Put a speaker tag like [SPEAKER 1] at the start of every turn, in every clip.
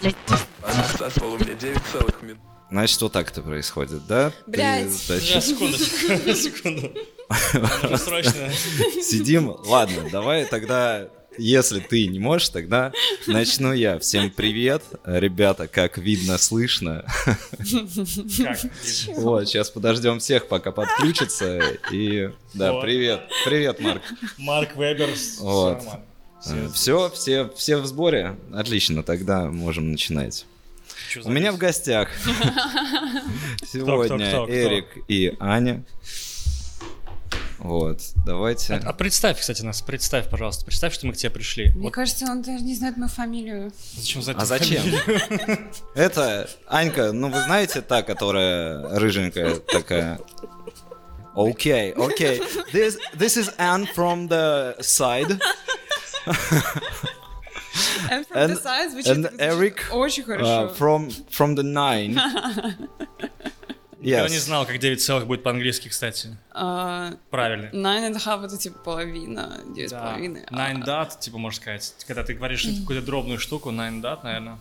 [SPEAKER 1] Блядь,
[SPEAKER 2] Она у меня 9 целых минут.
[SPEAKER 3] Значит, вот так это происходит, да? Ты,
[SPEAKER 4] Блядь.
[SPEAKER 3] значит,
[SPEAKER 5] Сейчас, Э, секундочку, секунду. Нам нужно Срочно.
[SPEAKER 3] сидим. Ладно, давай тогда, если ты не можешь, тогда начну я. Всем привет, ребята, как видно, слышно.
[SPEAKER 5] Как?
[SPEAKER 3] Вот, сейчас подождем всех, пока подключится. И да,
[SPEAKER 5] Вот.
[SPEAKER 3] привет, привет, Марк.
[SPEAKER 5] Марк Вебер.
[SPEAKER 3] Вот.
[SPEAKER 5] Все,
[SPEAKER 3] Все, все, все в сборе. Отлично, тогда можем начинать.
[SPEAKER 5] Чё
[SPEAKER 3] У меня в
[SPEAKER 5] запись?
[SPEAKER 3] гостях сегодня
[SPEAKER 5] кто, кто?
[SPEAKER 3] Эрик и Аня. Вот, давайте.
[SPEAKER 5] А а представь, кстати, нас, представь, пожалуйста, представь, что мы к тебе пришли.
[SPEAKER 4] Мне
[SPEAKER 5] Вот
[SPEAKER 4] кажется, он даже не знает мою фамилию.
[SPEAKER 5] зачем знать
[SPEAKER 3] А
[SPEAKER 5] эту
[SPEAKER 3] зачем?
[SPEAKER 5] фамилию?
[SPEAKER 3] Это Анька, ну вы знаете та, которая рыженькая такая? Окей, окей. This, this is Anne from the side.
[SPEAKER 4] And from
[SPEAKER 3] And-
[SPEAKER 4] the side звучит,
[SPEAKER 3] and
[SPEAKER 4] звучит
[SPEAKER 3] Eric,
[SPEAKER 5] а,
[SPEAKER 4] очень хорошо.
[SPEAKER 3] Uh, from, from the nine.
[SPEAKER 5] Никто не
[SPEAKER 3] Yes.
[SPEAKER 5] знал, как 9 целых будет по-английски, кстати.
[SPEAKER 4] А,
[SPEAKER 5] Правильно.
[SPEAKER 4] Nine and a half это типа половина, девять с
[SPEAKER 5] Да.
[SPEAKER 4] половиной. а-
[SPEAKER 5] Nine dot, типа, можно сказать. Когда ты говоришь какую-то дробную штуку, nine dot, наверное.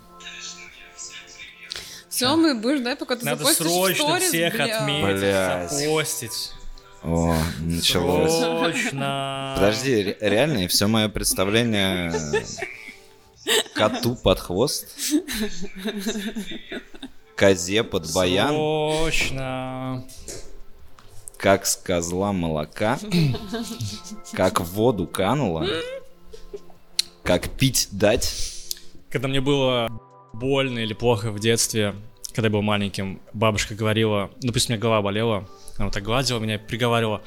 [SPEAKER 4] Все, мы будем ждать, пока ты
[SPEAKER 5] Надо
[SPEAKER 4] запостишь в
[SPEAKER 5] срочно
[SPEAKER 4] сторис,
[SPEAKER 5] всех
[SPEAKER 4] бля.
[SPEAKER 5] отметить,
[SPEAKER 3] Блядь.
[SPEAKER 5] запостить.
[SPEAKER 3] О, началось.
[SPEAKER 5] Срочно.
[SPEAKER 3] Подожди, ре- реально, все мое представление коту под хвост, козе под баян,
[SPEAKER 5] Срочно.
[SPEAKER 3] как с козла молока, как в воду канула, как пить дать.
[SPEAKER 5] Когда мне было больно или плохо в детстве, когда я был маленьким, бабушка говорила, ну пусть у меня голова болела, она вот так гладила меня и приговаривала,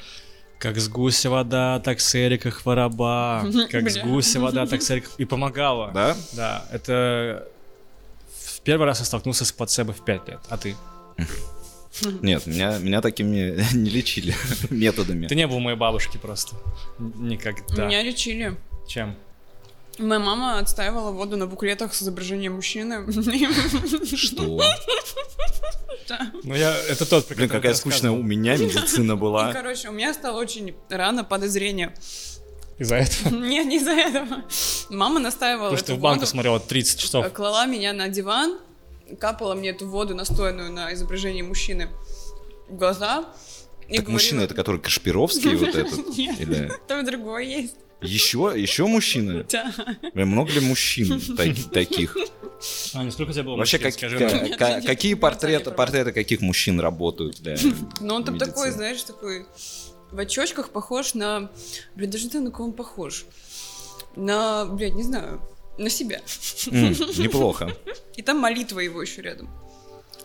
[SPEAKER 5] как с гуся вода, так с Эрика хвороба, как с
[SPEAKER 4] Бля.
[SPEAKER 5] гуся вода, так с Эрика... И помогала.
[SPEAKER 3] Да?
[SPEAKER 5] Да, это... В первый раз я столкнулся с плацебо в 5 лет, а ты?
[SPEAKER 3] Нет, меня, меня такими не лечили методами.
[SPEAKER 5] Ты не был у моей бабушки просто. Н- Никогда.
[SPEAKER 4] Меня лечили.
[SPEAKER 5] Чем?
[SPEAKER 4] Моя мама отстаивала воду на буклетах с изображением мужчины.
[SPEAKER 3] Что?
[SPEAKER 5] Ну я... Это тот, про
[SPEAKER 3] Блин,
[SPEAKER 5] который
[SPEAKER 3] какая
[SPEAKER 5] ты
[SPEAKER 3] скучная у
[SPEAKER 5] рассказывал.
[SPEAKER 3] меня медицина
[SPEAKER 4] И,
[SPEAKER 3] была.
[SPEAKER 4] Ну, короче, у меня стало очень рано подозрение.
[SPEAKER 5] Из-за этого.
[SPEAKER 4] Нет, не из-за этого. Мама настаивала
[SPEAKER 5] Потому что ты
[SPEAKER 4] эту
[SPEAKER 5] в банку
[SPEAKER 4] воду.
[SPEAKER 5] смотрела 30 часов.
[SPEAKER 4] Э, клала меня на диван, капала мне эту воду настойную на изображение мужчины в глаза. И
[SPEAKER 3] Так мужчина это
[SPEAKER 4] говорила,
[SPEAKER 3] который Кашпировский вот этот?
[SPEAKER 4] Нет.
[SPEAKER 3] Или
[SPEAKER 4] Там другой есть.
[SPEAKER 3] еще, еще мужчина?
[SPEAKER 4] Да.
[SPEAKER 3] Блин, много ли мужчин таки- таких?
[SPEAKER 5] Аня, А, сколько у тебя было
[SPEAKER 3] Вообще,
[SPEAKER 5] мужчин,
[SPEAKER 3] как-
[SPEAKER 5] скажи
[SPEAKER 3] ка-
[SPEAKER 5] мне?
[SPEAKER 3] ка- какие портреты, портреты каких мужчин работают для
[SPEAKER 4] Но Ну, он там такой,
[SPEAKER 3] медицины?
[SPEAKER 4] знаешь, такой в очочках похож на... Блин, даже не знаю, на кого он похож. На, блядь, не знаю, на себя.
[SPEAKER 3] М, неплохо.
[SPEAKER 4] И там молитва его еще рядом.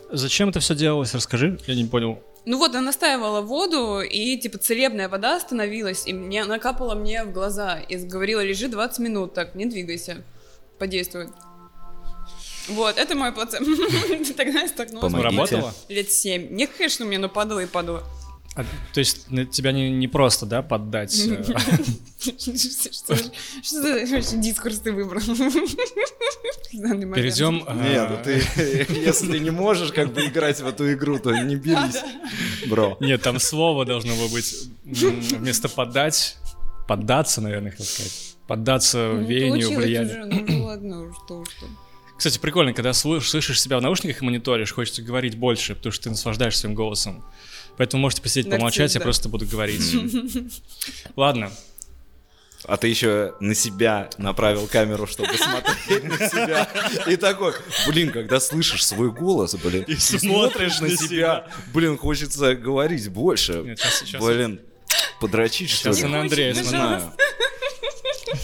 [SPEAKER 5] Зачем это все делалось? Расскажи. Я не понял.
[SPEAKER 4] Ну вот, она настаивала воду, и типа целебная вода остановилась, и мне она капала мне в глаза. И говорила, лежи 20 минут, так, не двигайся, подействует. Вот, это мой плацебо. Тогда я столкнулась.
[SPEAKER 3] Помогите.
[SPEAKER 5] Работало?
[SPEAKER 4] Лет 7. Мне, конечно, мне нападало и падало.
[SPEAKER 5] А, то есть на тебя не, не просто, да, поддать? э,
[SPEAKER 4] Что за что за вообще дискурс ты выбрал? В данный момент.
[SPEAKER 5] Перейдем. э,
[SPEAKER 3] если ну ты не можешь как бы играть в эту игру, то не берись, бро.
[SPEAKER 5] Нет, там слово должно было быть м, вместо поддать. Поддаться, наверное, хотел сказать. Поддаться
[SPEAKER 4] Ну,
[SPEAKER 5] веянию,
[SPEAKER 4] получилось
[SPEAKER 5] влиянию.
[SPEAKER 4] уже, Ну ладно, уж что уж там.
[SPEAKER 5] Кстати, прикольно, когда слы- слышишь себя в наушниках и мониторишь, хочется говорить больше, потому что ты наслаждаешься своим голосом. Поэтому можете посидеть,
[SPEAKER 4] Нарцисс,
[SPEAKER 5] помолчать, я
[SPEAKER 4] да.
[SPEAKER 5] просто буду говорить. Ладно.
[SPEAKER 3] А ты еще на себя направил камеру, чтобы смотреть на себя. И такой, блин, когда слышишь свой голос, блин, и смотришь на себя, блин, хочется говорить больше.
[SPEAKER 5] Нет, щас- щас-
[SPEAKER 3] Блин, подрочить что
[SPEAKER 5] Сейчас
[SPEAKER 3] ли?
[SPEAKER 5] она
[SPEAKER 4] хочет,
[SPEAKER 5] Андрея
[SPEAKER 3] Не
[SPEAKER 4] пожалуйста.
[SPEAKER 5] смотрит.
[SPEAKER 3] знаю.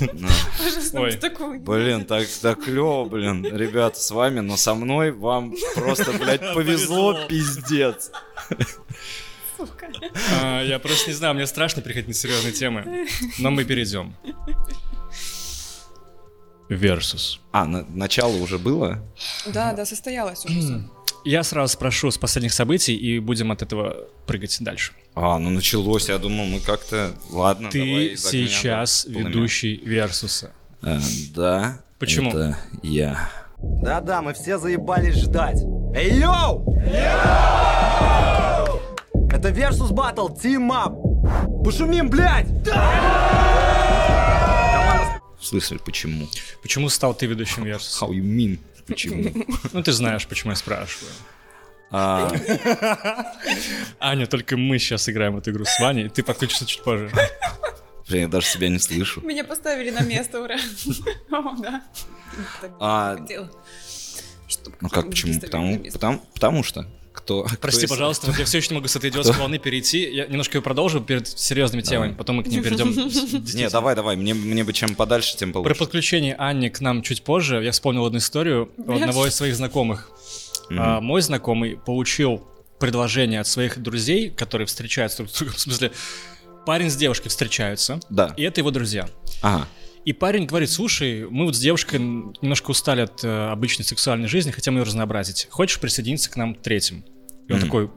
[SPEAKER 3] Да.
[SPEAKER 4] Пожалуйста,
[SPEAKER 5] Ой.
[SPEAKER 4] вот такого не
[SPEAKER 3] Блин, так, так клево, блин, ребята, с вами, но со мной вам просто, блядь, повезло,
[SPEAKER 5] Повезло.
[SPEAKER 3] пиздец.
[SPEAKER 4] сука.
[SPEAKER 5] А, Я просто не знаю, мне страшно переходить на серьезные темы. Но мы перейдем. Версус.
[SPEAKER 3] А, на- начало уже было?
[SPEAKER 4] Да, да, состоялось уже всё.
[SPEAKER 5] Я сразу спрошу с последних событий и будем от этого прыгать дальше.
[SPEAKER 3] А, ну началось, я думал, мы как-то... Ладно,
[SPEAKER 5] Ты
[SPEAKER 3] давай из огня
[SPEAKER 5] сейчас
[SPEAKER 3] в пламя.
[SPEAKER 5] ведущий Версуса.
[SPEAKER 3] Э, да.
[SPEAKER 5] Почему?
[SPEAKER 3] Это я.
[SPEAKER 6] Да-да, мы все заебались ждать. Эй, йоу! Это Versus Battle Team Up. Пошумим, блядь!
[SPEAKER 3] смысле, почему?
[SPEAKER 5] Почему стал ты ведущим Версуса?
[SPEAKER 3] How you mean? Почему?
[SPEAKER 5] Ну, ты знаешь, почему я спрашиваю.
[SPEAKER 3] А,
[SPEAKER 5] Аня, только мы сейчас играем эту игру с Ваней, ты подключишься чуть позже.
[SPEAKER 3] блин, я даже себя не слышу.
[SPEAKER 4] Меня поставили на место, ура. О, да. Так
[SPEAKER 3] А,
[SPEAKER 4] хотела. Чтоб
[SPEAKER 3] ну
[SPEAKER 4] кто-нибудь
[SPEAKER 3] как, почему?
[SPEAKER 4] поставил
[SPEAKER 3] Потому,
[SPEAKER 4] на место.
[SPEAKER 3] потому, потому что. Кто, кто
[SPEAKER 5] Прости,
[SPEAKER 3] из-
[SPEAKER 5] пожалуйста, вот я все еще не могу с этой идиотской волны перейти. Я немножко ее продолжу перед серьезными темами, потом мы к ним перейдем.
[SPEAKER 3] Не, давай, давай, мне, мне бы чем подальше, тем
[SPEAKER 5] Про
[SPEAKER 3] получше.
[SPEAKER 5] подключение Анни к нам чуть позже. Я вспомнил одну историю у одного из своих знакомых.
[SPEAKER 3] Мгм.
[SPEAKER 5] А, мой знакомый получил предложение от своих друзей, которые встречаются друг с другом, в смысле, парень с девушкой встречаются,
[SPEAKER 3] Да,
[SPEAKER 5] и это его друзья.
[SPEAKER 3] ага.
[SPEAKER 5] И парень говорит, слушай, мы вот с девушкой немножко устали от э, обычной сексуальной жизни, хотим ее разнообразить. Хочешь присоединиться к нам третьим? И он
[SPEAKER 3] Мгм.
[SPEAKER 5] такой,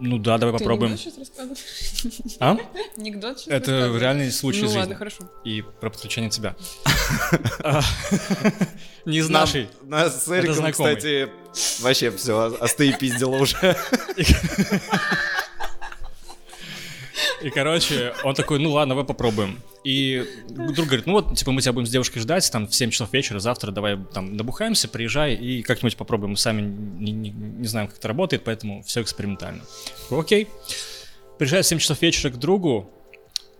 [SPEAKER 5] ну да, давай
[SPEAKER 4] Ты
[SPEAKER 5] попробуем.
[SPEAKER 4] анекдот сейчас рассказываешь?
[SPEAKER 5] А?
[SPEAKER 4] Анекдот сейчас
[SPEAKER 5] Это
[SPEAKER 4] рассказываешь?
[SPEAKER 5] реальный случай
[SPEAKER 4] Ну
[SPEAKER 5] из
[SPEAKER 4] ладно,
[SPEAKER 5] жизни.
[SPEAKER 4] хорошо.
[SPEAKER 5] И про подключение тебя. А, Не из нашей.
[SPEAKER 3] Нас с Эриком,
[SPEAKER 5] знакомый.
[SPEAKER 3] кстати, вообще все, остыи пиздила уже.
[SPEAKER 5] И, короче, он такой, ну ладно, давай попробуем. И друг говорит, ну вот, типа, мы тебя будем с девушкой ждать, там, в 7 часов вечера, завтра давай там набухаемся, приезжай и как-нибудь попробуем. Мы сами не, не- не знаем, как это работает, поэтому все экспериментально. Такой, Окей. Приезжаю в 7 часов вечера к другу,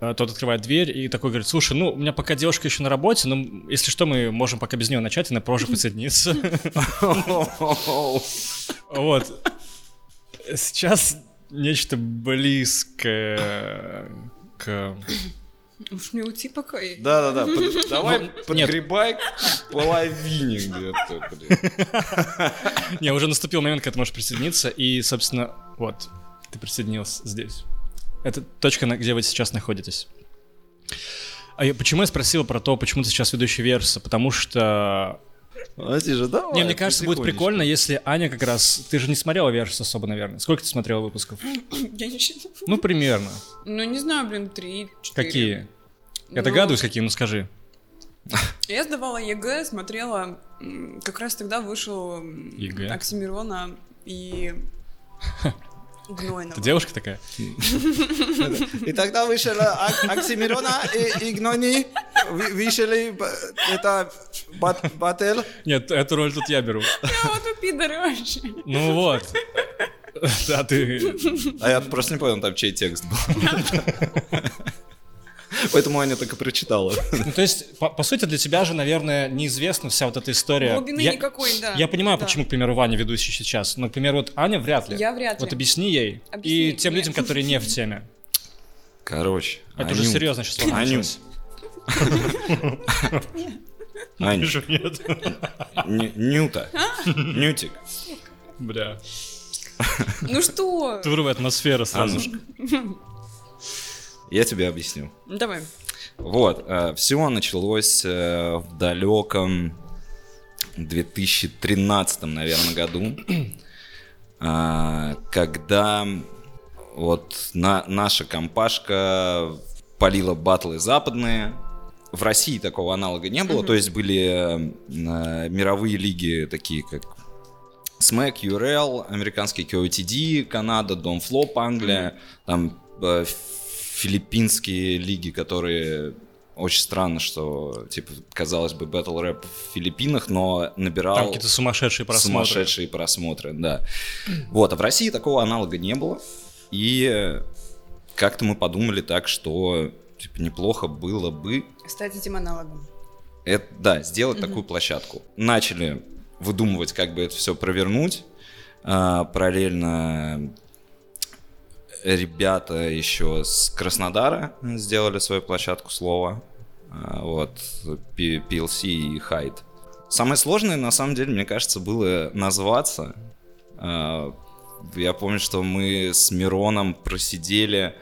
[SPEAKER 5] э, тот открывает дверь и такой говорит, слушай, ну, у меня пока девушка еще на работе, но если что, мы можем пока без нее начать, и на позже присоединиться. Вот. Сейчас нечто близкое к...
[SPEAKER 4] Уж мне уйти пока. и-
[SPEAKER 3] Да-да-да, под- давай
[SPEAKER 5] нет.
[SPEAKER 3] подгребай к половине где-то, блин.
[SPEAKER 5] Не, уже наступил момент, когда ты можешь присоединиться, и, собственно, вот, ты присоединился здесь. Это точка, на- где вы сейчас находитесь. А я- почему я спросил про то, почему ты сейчас ведущий верса? Потому что...
[SPEAKER 3] Вася же, давай.
[SPEAKER 5] Не, мне кажется, будет
[SPEAKER 3] потихонечку.
[SPEAKER 5] прикольно, если Аня как раз... Ты же не смотрела верс особо, наверное. Сколько ты смотрела выпусков?
[SPEAKER 4] Я не считаю.
[SPEAKER 5] Ну, примерно.
[SPEAKER 4] Ну, не знаю, блин, три, четыре.
[SPEAKER 5] Какие? Я
[SPEAKER 4] Ну,
[SPEAKER 5] догадываюсь, какие, ну скажи.
[SPEAKER 4] Я сдавала ЕГЭ, смотрела, м, как раз тогда вышел м,
[SPEAKER 5] ЕГЭ?
[SPEAKER 4] Оксимирона и Гнойного.
[SPEAKER 5] Ты девушка такая?
[SPEAKER 3] И тогда вышла Ак- Оксимирона и Игнони, вы- вышли б- это бат- Бател.
[SPEAKER 5] Нет, эту роль тут я беру.
[SPEAKER 4] А вот у пидоры вообще.
[SPEAKER 5] Ну вот. Да, ты...
[SPEAKER 3] А я просто не понял, там чей текст был. Поэтому Аня только прочитала.
[SPEAKER 5] Ну, то есть, по, по сути, для тебя же, наверное, неизвестна вся вот эта история.
[SPEAKER 4] Глубины
[SPEAKER 5] я,
[SPEAKER 4] никакой, да.
[SPEAKER 5] Я понимаю,
[SPEAKER 4] Да.
[SPEAKER 5] почему, к примеру, Ваня ведущий сейчас. Но, к примеру, вот Аня вряд ли.
[SPEAKER 4] Я вряд ли.
[SPEAKER 5] Вот объясни ей.
[SPEAKER 4] Объясни
[SPEAKER 5] И тем
[SPEAKER 4] мне.
[SPEAKER 5] людям, которые не в теме.
[SPEAKER 3] Короче,
[SPEAKER 5] Это уже
[SPEAKER 3] Анют,
[SPEAKER 5] серьезно сейчас
[SPEAKER 3] Анют.
[SPEAKER 5] получилось.
[SPEAKER 3] Ань,
[SPEAKER 5] Вижу, нет.
[SPEAKER 3] Ню- Нюта, Нютик,
[SPEAKER 5] Бля.
[SPEAKER 4] Ну что?
[SPEAKER 5] Туровая атмосфера сразу же.
[SPEAKER 3] Аннушка. Я тебе объясню.
[SPEAKER 4] Ну, Давай.
[SPEAKER 3] Вот, э, все началось э, в далеком 2013, наверное, году, а, когда вот на- наша компашка полила батлы западные. В России такого аналога не было, то есть были э, мировые лиги такие, как СМЭК, URL, американский QOTD, Канада, Дом Флоп, Англия, там э, филиппинские лиги, которые очень странно, что, типа, казалось бы, батл рэп в Филиппинах, но набирал
[SPEAKER 5] Там какие-то сумасшедшие просмотры.
[SPEAKER 3] сумасшедшие просмотры, да. Вот, а в России такого аналога не было. И э, как-то мы подумали так, что типа, неплохо было бы
[SPEAKER 4] Стать этим аналогом.
[SPEAKER 3] это, да, сделать такую площадку. Начали выдумывать, как бы это все провернуть. А, параллельно ребята еще с Краснодара сделали свою площадку слова. А, вот, P- PLC и Хайд. Самое сложное, на самом деле, мне кажется, было назваться. А, я помню, что мы с Мироном просидели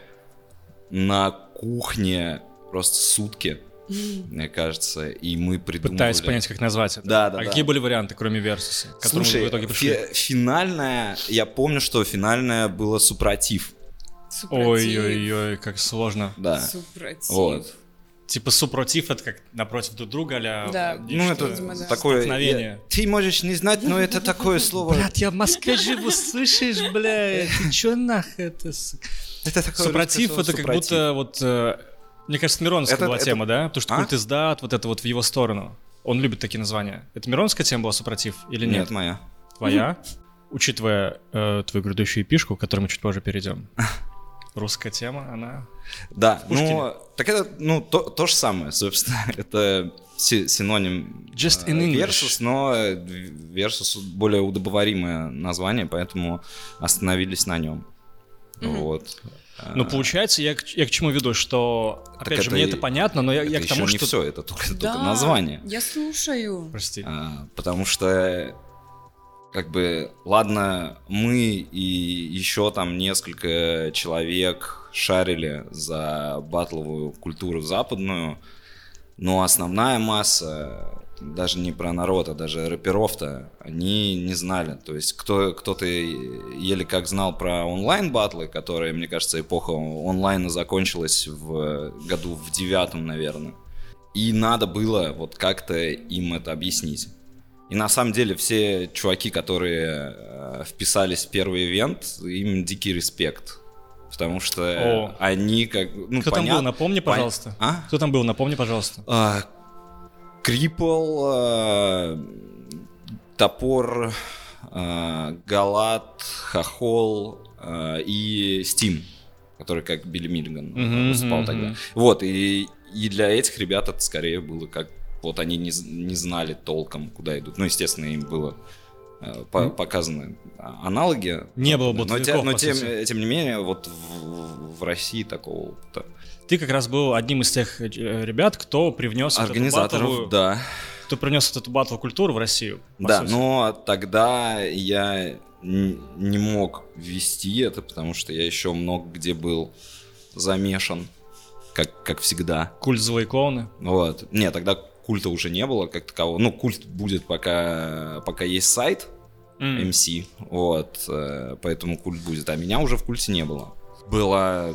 [SPEAKER 3] на кухне просто сутки, мне кажется, и мы придумали...
[SPEAKER 5] Пытаюсь понять, как назвать это.
[SPEAKER 3] Да, да,
[SPEAKER 5] А
[SPEAKER 3] да.
[SPEAKER 5] какие были варианты, кроме Версуса, к которому
[SPEAKER 3] Слушай,
[SPEAKER 5] вы в итоге пришли?
[SPEAKER 3] фи- финальная, я помню, что финальная было супротив.
[SPEAKER 4] Супротив.
[SPEAKER 5] Ой-ой-ой, как сложно.
[SPEAKER 3] Да.
[SPEAKER 4] Супротив.
[SPEAKER 3] Вот.
[SPEAKER 5] Типа супротив, это как напротив друг друга, а
[SPEAKER 4] Да.
[SPEAKER 3] Ну, это
[SPEAKER 4] видимо, да.
[SPEAKER 3] такое... я-
[SPEAKER 5] Столкновение.
[SPEAKER 3] Ты можешь не знать, но это такое слово.
[SPEAKER 5] Брат, я в Москве живу, слышишь, бля, ты чё нах это? сука?
[SPEAKER 3] Это такое русское
[SPEAKER 5] Супротив,
[SPEAKER 3] слово,
[SPEAKER 5] это как
[SPEAKER 3] супротив.
[SPEAKER 5] будто вот э, Мне кажется, Мироновская
[SPEAKER 3] Это-
[SPEAKER 5] была
[SPEAKER 3] это-
[SPEAKER 5] тема, да? Потому что
[SPEAKER 3] А?
[SPEAKER 5] культ издат, вот это вот в его сторону. Он любит такие названия. Это Мироновская тема была, Супротив, или нет?
[SPEAKER 3] Нет, моя.
[SPEAKER 5] Твоя? Учитывая э, твою грядущую пишку, к которой мы чуть позже перейдем. Русская тема, она...
[SPEAKER 3] Да,
[SPEAKER 5] Пушкине.
[SPEAKER 3] ну, так это, ну, то, то же самое, собственно, это си- синоним
[SPEAKER 5] Just
[SPEAKER 3] э,
[SPEAKER 5] in English.
[SPEAKER 3] Versus, но э, Versus более удобоваримое название, поэтому остановились на нем.
[SPEAKER 4] Мгм.
[SPEAKER 3] Вот.
[SPEAKER 5] Ну,
[SPEAKER 3] Э,
[SPEAKER 5] получается, я к, я к чему веду, что...
[SPEAKER 3] Так
[SPEAKER 5] Опять же,
[SPEAKER 3] это
[SPEAKER 5] мне
[SPEAKER 3] и-
[SPEAKER 5] это понятно, но ну, я,
[SPEAKER 3] это
[SPEAKER 5] я к
[SPEAKER 3] еще
[SPEAKER 5] тому,
[SPEAKER 3] не
[SPEAKER 5] что...
[SPEAKER 3] все, это только, это только
[SPEAKER 4] Да,
[SPEAKER 3] название.
[SPEAKER 4] Я слушаю.
[SPEAKER 5] Прости.
[SPEAKER 3] А, Потому что, как бы, ладно, мы и еще там несколько человек шарили за батловую культуру западную, но основная масса, даже не про народ, а даже рэперов-то, они не знали. То есть кто, кто-то еле как знал про онлайн-батлы, которые, мне кажется, эпоха онлайна закончилась в году в девятом, наверное. И надо было вот как-то им это объяснить. И на самом деле все чуваки, которые э, вписались в первый ивент, им дикий респект. Потому что
[SPEAKER 5] О.
[SPEAKER 3] они как... Ну,
[SPEAKER 5] Кто там
[SPEAKER 3] понятно-
[SPEAKER 5] был, напомни,
[SPEAKER 3] пон-
[SPEAKER 5] пожалуйста.
[SPEAKER 3] А?
[SPEAKER 5] Кто там был, напомни, пожалуйста.
[SPEAKER 3] А, Крипл, а, Топор, а, Галат, Хохол а, и Steam, который как Билли Миллиган а,
[SPEAKER 5] Мгм,
[SPEAKER 3] выступал
[SPEAKER 5] мгм,
[SPEAKER 3] тогда.
[SPEAKER 5] мгм.
[SPEAKER 3] Вот, и, и для этих ребят это скорее было как... Вот они не, з- не знали толком, куда идут. Ну, естественно, им было э, по- показаны аналоги.
[SPEAKER 5] Не было бы
[SPEAKER 3] но, те-
[SPEAKER 5] Третьяков,
[SPEAKER 3] но
[SPEAKER 5] по
[SPEAKER 3] тем,
[SPEAKER 5] сути.
[SPEAKER 3] тем не менее, вот в, в России такого опыта.
[SPEAKER 5] Ты как раз был одним из тех э, ребят, кто привнес вот эту батловую-
[SPEAKER 3] Организаторов, да.
[SPEAKER 5] кто принес вот эту батл культуру в Россию. по
[SPEAKER 3] Да, ну,
[SPEAKER 5] сути.
[SPEAKER 3] но тогда я н- не мог вести это, потому что я еще много где был замешан, как, как всегда.
[SPEAKER 5] Культ злые клоуны.
[SPEAKER 3] Вот. Не, тогда культа уже не было как такового. Ну, культ будет, пока, пока есть сайт
[SPEAKER 5] М.
[SPEAKER 3] MC, вот, э, поэтому культ будет. А меня уже в культе не было. Была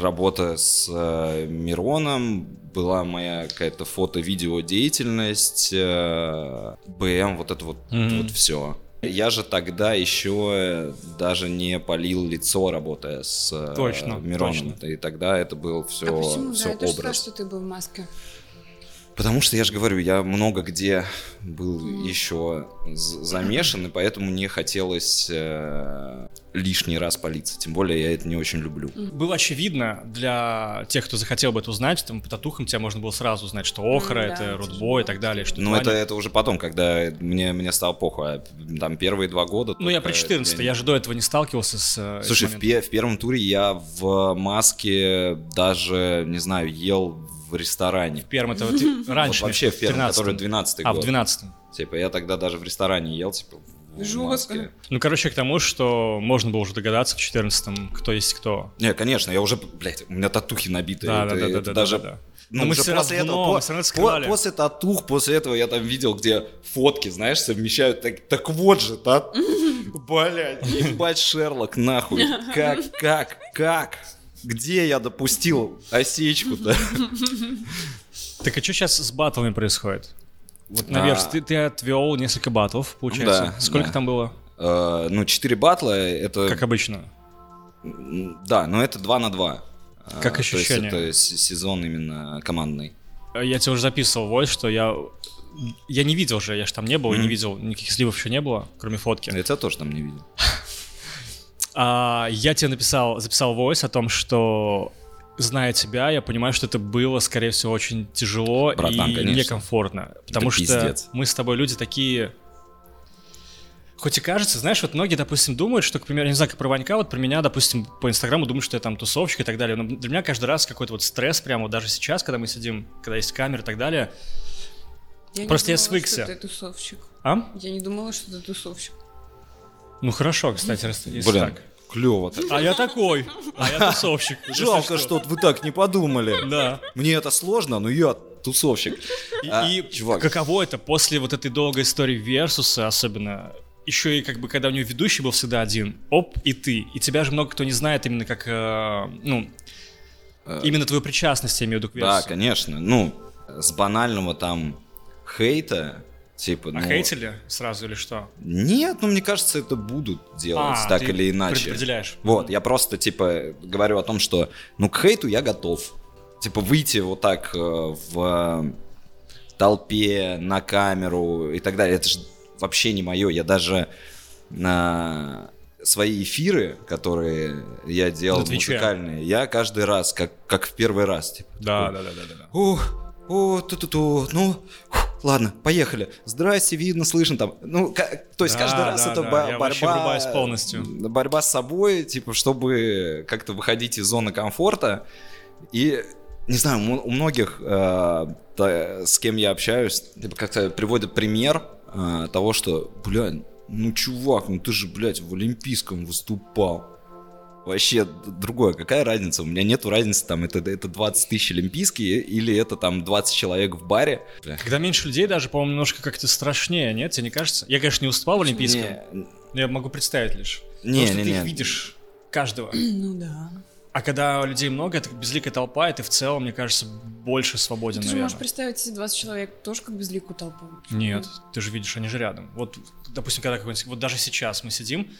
[SPEAKER 3] работа с э, Мироном, была моя какая-то фото-видео деятельность, э, БМ, вот это вот
[SPEAKER 5] Мгм.
[SPEAKER 3] вот все. Я же тогда еще даже не полил лицо, работая с э,
[SPEAKER 5] Точно,
[SPEAKER 3] Мироном. И тогда это был все,
[SPEAKER 4] а почему?
[SPEAKER 3] все
[SPEAKER 4] да, я тоже сказала,
[SPEAKER 3] образ.
[SPEAKER 4] что ты был в маске.
[SPEAKER 3] Потому что я же говорю, я много где был еще з- замешан, и поэтому мне хотелось э, лишний раз палиться. Тем более я это не очень люблю.
[SPEAKER 5] Было очевидно для тех, кто захотел бы это узнать, там по татухам тебя можно было сразу узнать, что Охра,
[SPEAKER 4] М, да,
[SPEAKER 5] это
[SPEAKER 4] тяжело.
[SPEAKER 5] Рудбой и так далее. Что
[SPEAKER 3] Но
[SPEAKER 5] Ваня.
[SPEAKER 3] Ну, это, это уже потом, когда мне, мне стало похуй. А там первые два года...
[SPEAKER 5] Ну, я
[SPEAKER 3] только
[SPEAKER 5] про 14 я
[SPEAKER 3] не-
[SPEAKER 5] же до этого не сталкивался с э,
[SPEAKER 3] Слушай,
[SPEAKER 5] этим
[SPEAKER 3] в, пе- в первом туре я в маске даже, не знаю, ел в ресторане.
[SPEAKER 5] моментом. Перм это вот и- раньше.
[SPEAKER 3] Вот вообще в первом,
[SPEAKER 5] 13-м.
[SPEAKER 3] который 12
[SPEAKER 5] А,
[SPEAKER 3] год.
[SPEAKER 5] в 12
[SPEAKER 3] Типа я тогда даже в ресторане ел, типа, в
[SPEAKER 4] Жестко.
[SPEAKER 3] маске.
[SPEAKER 5] Ну, короче, к тому, что можно было уже догадаться в 14 кто есть кто.
[SPEAKER 3] Не, конечно, я уже, блядь, у меня татухи набиты.
[SPEAKER 5] Да,
[SPEAKER 3] это-
[SPEAKER 5] да, да,
[SPEAKER 3] это
[SPEAKER 5] да, да,
[SPEAKER 3] даже...
[SPEAKER 5] да, да.
[SPEAKER 3] Ну,
[SPEAKER 5] Но мы
[SPEAKER 3] уже
[SPEAKER 5] всё
[SPEAKER 3] после
[SPEAKER 5] равно-
[SPEAKER 3] этого,
[SPEAKER 5] мы
[SPEAKER 3] по-
[SPEAKER 5] всё равно
[SPEAKER 3] по-
[SPEAKER 5] скрывали.
[SPEAKER 3] после татух, после этого я там видел, где фотки, знаешь, совмещают, так, так вот же, да? Блядь, ебать Шерлок, нахуй, как, как, как, где я допустил осечку-то?
[SPEAKER 5] Так а что сейчас с батлами происходит? Вот, наверное,
[SPEAKER 3] А.
[SPEAKER 5] ты, ты отвел несколько батлов, получается.
[SPEAKER 3] Да,
[SPEAKER 5] Сколько
[SPEAKER 3] да.
[SPEAKER 5] там было?
[SPEAKER 3] Э, Ну, 4 батла, это...
[SPEAKER 5] Как обычно.
[SPEAKER 3] М, Да, но это 2 на 2.
[SPEAKER 5] Как ощущение?
[SPEAKER 3] То есть это с- сезон именно командный.
[SPEAKER 5] Э, Я тебе уже записывал войс, что я... Я не видел же, я же там не был, и не
[SPEAKER 3] Мгм.
[SPEAKER 5] видел, никаких сливов еще не было, кроме фотки.
[SPEAKER 3] Я тебя тоже там не видел.
[SPEAKER 5] А, я тебе написал, записал войс о том, что зная тебя, я понимаю, что это было, скорее всего, очень тяжело
[SPEAKER 3] Братан,
[SPEAKER 5] и
[SPEAKER 3] конечно.
[SPEAKER 5] некомфортно. Потому что
[SPEAKER 3] пиздец.
[SPEAKER 5] мы с тобой люди такие... Хоть и кажется, знаешь, вот многие, допустим, думают, что, к примеру, я не знаю, как про Ванька, вот про меня, допустим, по Инстаграму думают, что я там тусовщик и так далее. Но для меня каждый раз какой-то вот стресс прямо, вот даже сейчас, когда мы сидим, когда есть камеры и так далее.
[SPEAKER 4] Я не
[SPEAKER 5] Просто я
[SPEAKER 4] думала,
[SPEAKER 5] свыкся.
[SPEAKER 4] Что ты тусовщик.
[SPEAKER 5] А?
[SPEAKER 4] Я не думала, что ты тусовщик.
[SPEAKER 5] Ну хорошо, кстати, раз- если
[SPEAKER 3] Блин,
[SPEAKER 5] так.
[SPEAKER 3] клево так.
[SPEAKER 5] А я такой, а я тусовщик. если
[SPEAKER 3] Жалко, что вы так не подумали.
[SPEAKER 5] Да.
[SPEAKER 3] Мне это сложно, но я тусовщик.
[SPEAKER 5] И,
[SPEAKER 3] А,
[SPEAKER 5] и
[SPEAKER 3] чувак.
[SPEAKER 5] каково это после вот этой долгой истории Версуса, особенно еще и как бы когда у него ведущий был всегда один, оп, и ты. И тебя же много кто не знает именно как, э, ну,
[SPEAKER 3] Э,
[SPEAKER 5] именно твою причастность, я имею в виду к
[SPEAKER 3] Да,
[SPEAKER 5] Версусу.
[SPEAKER 3] конечно. Ну, с банального там хейта, типа,
[SPEAKER 5] а
[SPEAKER 3] ну...
[SPEAKER 5] хейтили сразу или что?
[SPEAKER 3] Нет, ну мне кажется, это будут делать
[SPEAKER 5] А,
[SPEAKER 3] так
[SPEAKER 5] ты
[SPEAKER 3] или иначе.
[SPEAKER 5] предопределяешь.
[SPEAKER 3] Вот, я просто, типа, говорю о том, что, ну, к хейту я готов. типа выйти вот так э, в э, толпе, на камеру и так далее, это же вообще не мое. Я даже на свои эфиры, которые я делал
[SPEAKER 5] На Твиче.
[SPEAKER 3] музыкальные, я каждый раз, как, как в первый раз, типа,
[SPEAKER 5] Да, да, да, да, да, да.
[SPEAKER 3] о, о, ту-ту-ту, ну, фу, ладно, поехали. Здрасте, видно, слышно там. Ну, ка- то есть
[SPEAKER 5] Да,
[SPEAKER 3] каждый раз
[SPEAKER 5] да,
[SPEAKER 3] это
[SPEAKER 5] да,
[SPEAKER 3] бо-
[SPEAKER 5] я вообще
[SPEAKER 3] борьба...
[SPEAKER 5] врубаюсь полностью.
[SPEAKER 3] Борьба с собой, типа, чтобы как-то выходить из зоны комфорта. И, не знаю, м- у многих, э, та- с кем я общаюсь, типа, как-то приводят пример э, того, что, бля, ну, чувак, ну ты же, блядь, в Олимпийском выступал. Вообще д- другое, какая разница? У меня нету разницы, там, это, это 20 тысяч олимпийские или это там 20 человек в баре. Бля.
[SPEAKER 5] Когда меньше людей, даже, по-моему, немножко как-то страшнее, нет? Тебе не кажется? Я, конечно, не уступал в Олимпийском, но я могу представить лишь.
[SPEAKER 3] Не,
[SPEAKER 5] Потому что
[SPEAKER 3] не,
[SPEAKER 5] ты
[SPEAKER 3] не.
[SPEAKER 5] их видишь каждого.
[SPEAKER 4] Ну да.
[SPEAKER 5] А когда людей много, это безликая толпа, и ты в целом, мне кажется, больше свободен,
[SPEAKER 4] Ты же
[SPEAKER 5] наверное.
[SPEAKER 4] можешь представить себе 20 человек тоже как безликую толпу.
[SPEAKER 5] Нет, ты же видишь, они же рядом. Вот, допустим, когда какой-нибудь... Вот даже сейчас мы сидим,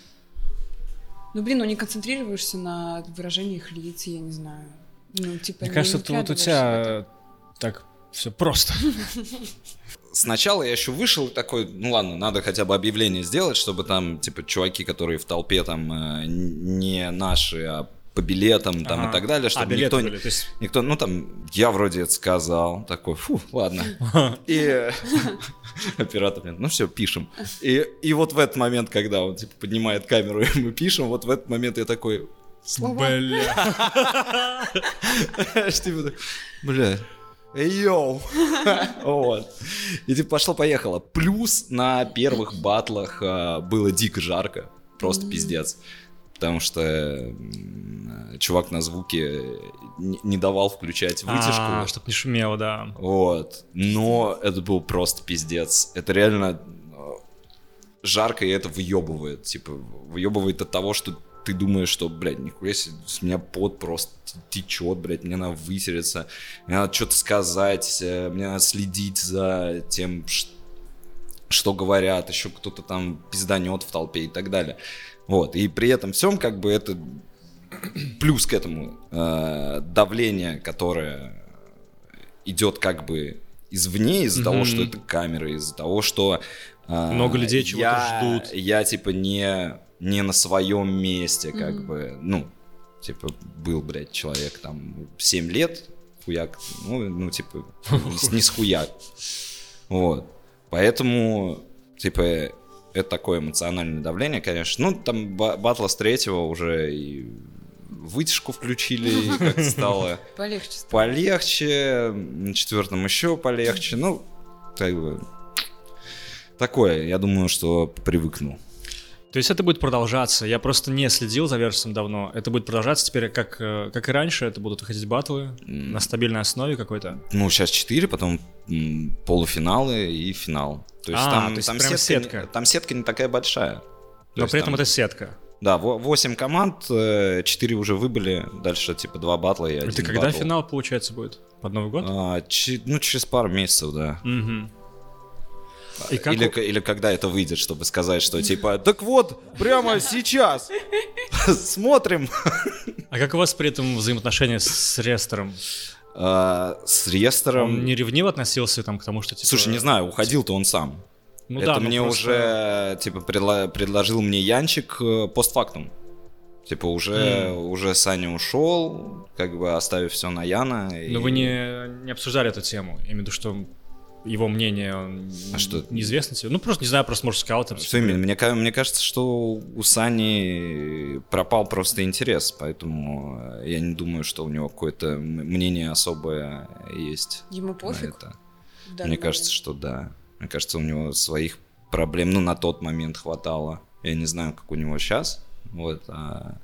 [SPEAKER 4] Ну блин, ну не концентрируешься на выражении их лиц, я не знаю. Ну, типа,
[SPEAKER 5] Мне
[SPEAKER 4] не-
[SPEAKER 5] кажется,
[SPEAKER 4] не
[SPEAKER 5] тут вот у
[SPEAKER 4] вглядываешься в это.
[SPEAKER 5] тебя так все просто.
[SPEAKER 3] Сначала я еще вышел и такой, ну ладно, надо хотя бы объявление сделать, чтобы там, типа, чуваки, которые в толпе там э, н- не наши, а по билетам там
[SPEAKER 5] Ага.
[SPEAKER 3] и так далее,
[SPEAKER 5] А,
[SPEAKER 3] чтобы
[SPEAKER 5] билеты
[SPEAKER 3] никто,
[SPEAKER 5] были, то есть...
[SPEAKER 3] никто, ну там, я вроде это сказал, такой, фу, ладно. И э, оператор, блин, ну все, пишем. И, и вот в этот момент, когда он типа поднимает камеру, и мы пишем, вот в этот момент я такой,
[SPEAKER 5] Бля.
[SPEAKER 3] Знаешь, типа, так, бля, эй, йоу. Вот. И типа пошло-поехало. Плюс на первых батлах а, было дико жарко. Просто пиздец. Потому что м, чувак на звуке не не давал включать
[SPEAKER 5] А,
[SPEAKER 3] вытяжку.
[SPEAKER 5] чтоб не шумело, да.
[SPEAKER 3] Вот. Но это был просто пиздец. Это реально э, жарко, и это выебывает. Типа, выебывает от того, что ты думаешь, что, блядь, нихуя себе, с меня пот просто течет, блядь, мне надо вытереться, мне надо что-то сказать, э, мне надо следить за тем, ш- что говорят, еще кто-то там пизданет в толпе и так далее. Вот, и при этом всем как бы это плюс к этому э, давление, которое идет как бы извне из-за того,
[SPEAKER 5] Мгм.
[SPEAKER 3] что это камеры, из-за того, что э,
[SPEAKER 5] Много людей чего-то
[SPEAKER 3] я-
[SPEAKER 5] ждут.
[SPEAKER 3] Я типа не не на своем месте, как бы, ну типа был, блядь, человек там 7 лет, хуяк, ну, ну типа не- не с хуяк, вот. Поэтому, типа, это такое эмоциональное давление, конечно. Ну, там ба- батла с третьего уже и вытяжку включили, и как стало
[SPEAKER 4] Полегче. стало.
[SPEAKER 3] полегче, на четвертом еще полегче. Ну, как бы, такое, я думаю, что привыкну.
[SPEAKER 5] То есть это будет продолжаться. Я просто не следил за версом давно. Это будет продолжаться теперь, как, э, как и раньше. Это будут выходить батлы
[SPEAKER 3] М.
[SPEAKER 5] на стабильной основе какой-то.
[SPEAKER 3] Ну, сейчас 4, потом м, полуфиналы и финал. То есть
[SPEAKER 5] А,
[SPEAKER 3] там,
[SPEAKER 5] то есть
[SPEAKER 3] там
[SPEAKER 5] прям
[SPEAKER 3] сетка, не-
[SPEAKER 5] сетка.
[SPEAKER 3] там сетка не такая большая. То
[SPEAKER 5] Но
[SPEAKER 3] есть
[SPEAKER 5] при этом
[SPEAKER 3] там-
[SPEAKER 5] это сетка.
[SPEAKER 3] Да, 8 команд, 4 уже выбыли, дальше типа 2 батла и один
[SPEAKER 5] Это когда
[SPEAKER 3] батл.
[SPEAKER 5] финал, получается, будет? Под Новый год?
[SPEAKER 3] А, чи- ну, через пару месяцев, да.
[SPEAKER 5] Мгм. И как
[SPEAKER 3] или,
[SPEAKER 5] у-
[SPEAKER 3] к- или когда это выйдет, чтобы сказать, что типа, так вот, прямо сейчас смотрим.
[SPEAKER 5] А как у вас при этом взаимоотношения с, с Рестором?
[SPEAKER 3] А, С
[SPEAKER 5] Он
[SPEAKER 3] рестором...
[SPEAKER 5] не ревниво относился там к тому, что типа...
[SPEAKER 3] Слушай, не знаю, уходил-то он сам.
[SPEAKER 5] Ну
[SPEAKER 3] это
[SPEAKER 5] да, ну
[SPEAKER 3] мне
[SPEAKER 5] просто-
[SPEAKER 3] уже, типа, предла- предложил мне Янчик э, постфактум. Типа, уже, уже Саня ушел, как бы оставив все на Яна. и-
[SPEAKER 5] Но Ну, вы не, не обсуждали эту тему. Я имею в виду, что его мнение он
[SPEAKER 3] А что?
[SPEAKER 5] неизвестно тебе. Ну просто не знаю, просто может сказал там.
[SPEAKER 3] Что именно? Мне, ка- мне кажется, что у Сани пропал просто интерес, поэтому э, я не думаю, что у него какое-то м- мнение особое есть.
[SPEAKER 4] Ему
[SPEAKER 3] на
[SPEAKER 4] пофиг.
[SPEAKER 3] это.
[SPEAKER 4] в данный
[SPEAKER 3] Мне кажется,
[SPEAKER 4] момент.
[SPEAKER 3] что да. Мне кажется, у него своих проблем, ну, на тот момент хватало. Я не знаю, как у него сейчас. Вот. а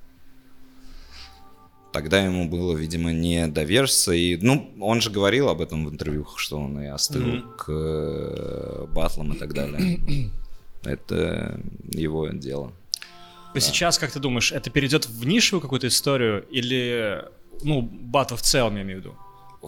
[SPEAKER 3] Тогда ему было, видимо, не до Верса. И, ну, он же говорил об этом в интервьюх, что он и остыл
[SPEAKER 5] Мгм.
[SPEAKER 3] к э, батлам и так далее. Это его дело.
[SPEAKER 5] А сейчас, как ты думаешь, это перейдет в нишевую какую-то историю или, ну, батл в целом, я имею в виду?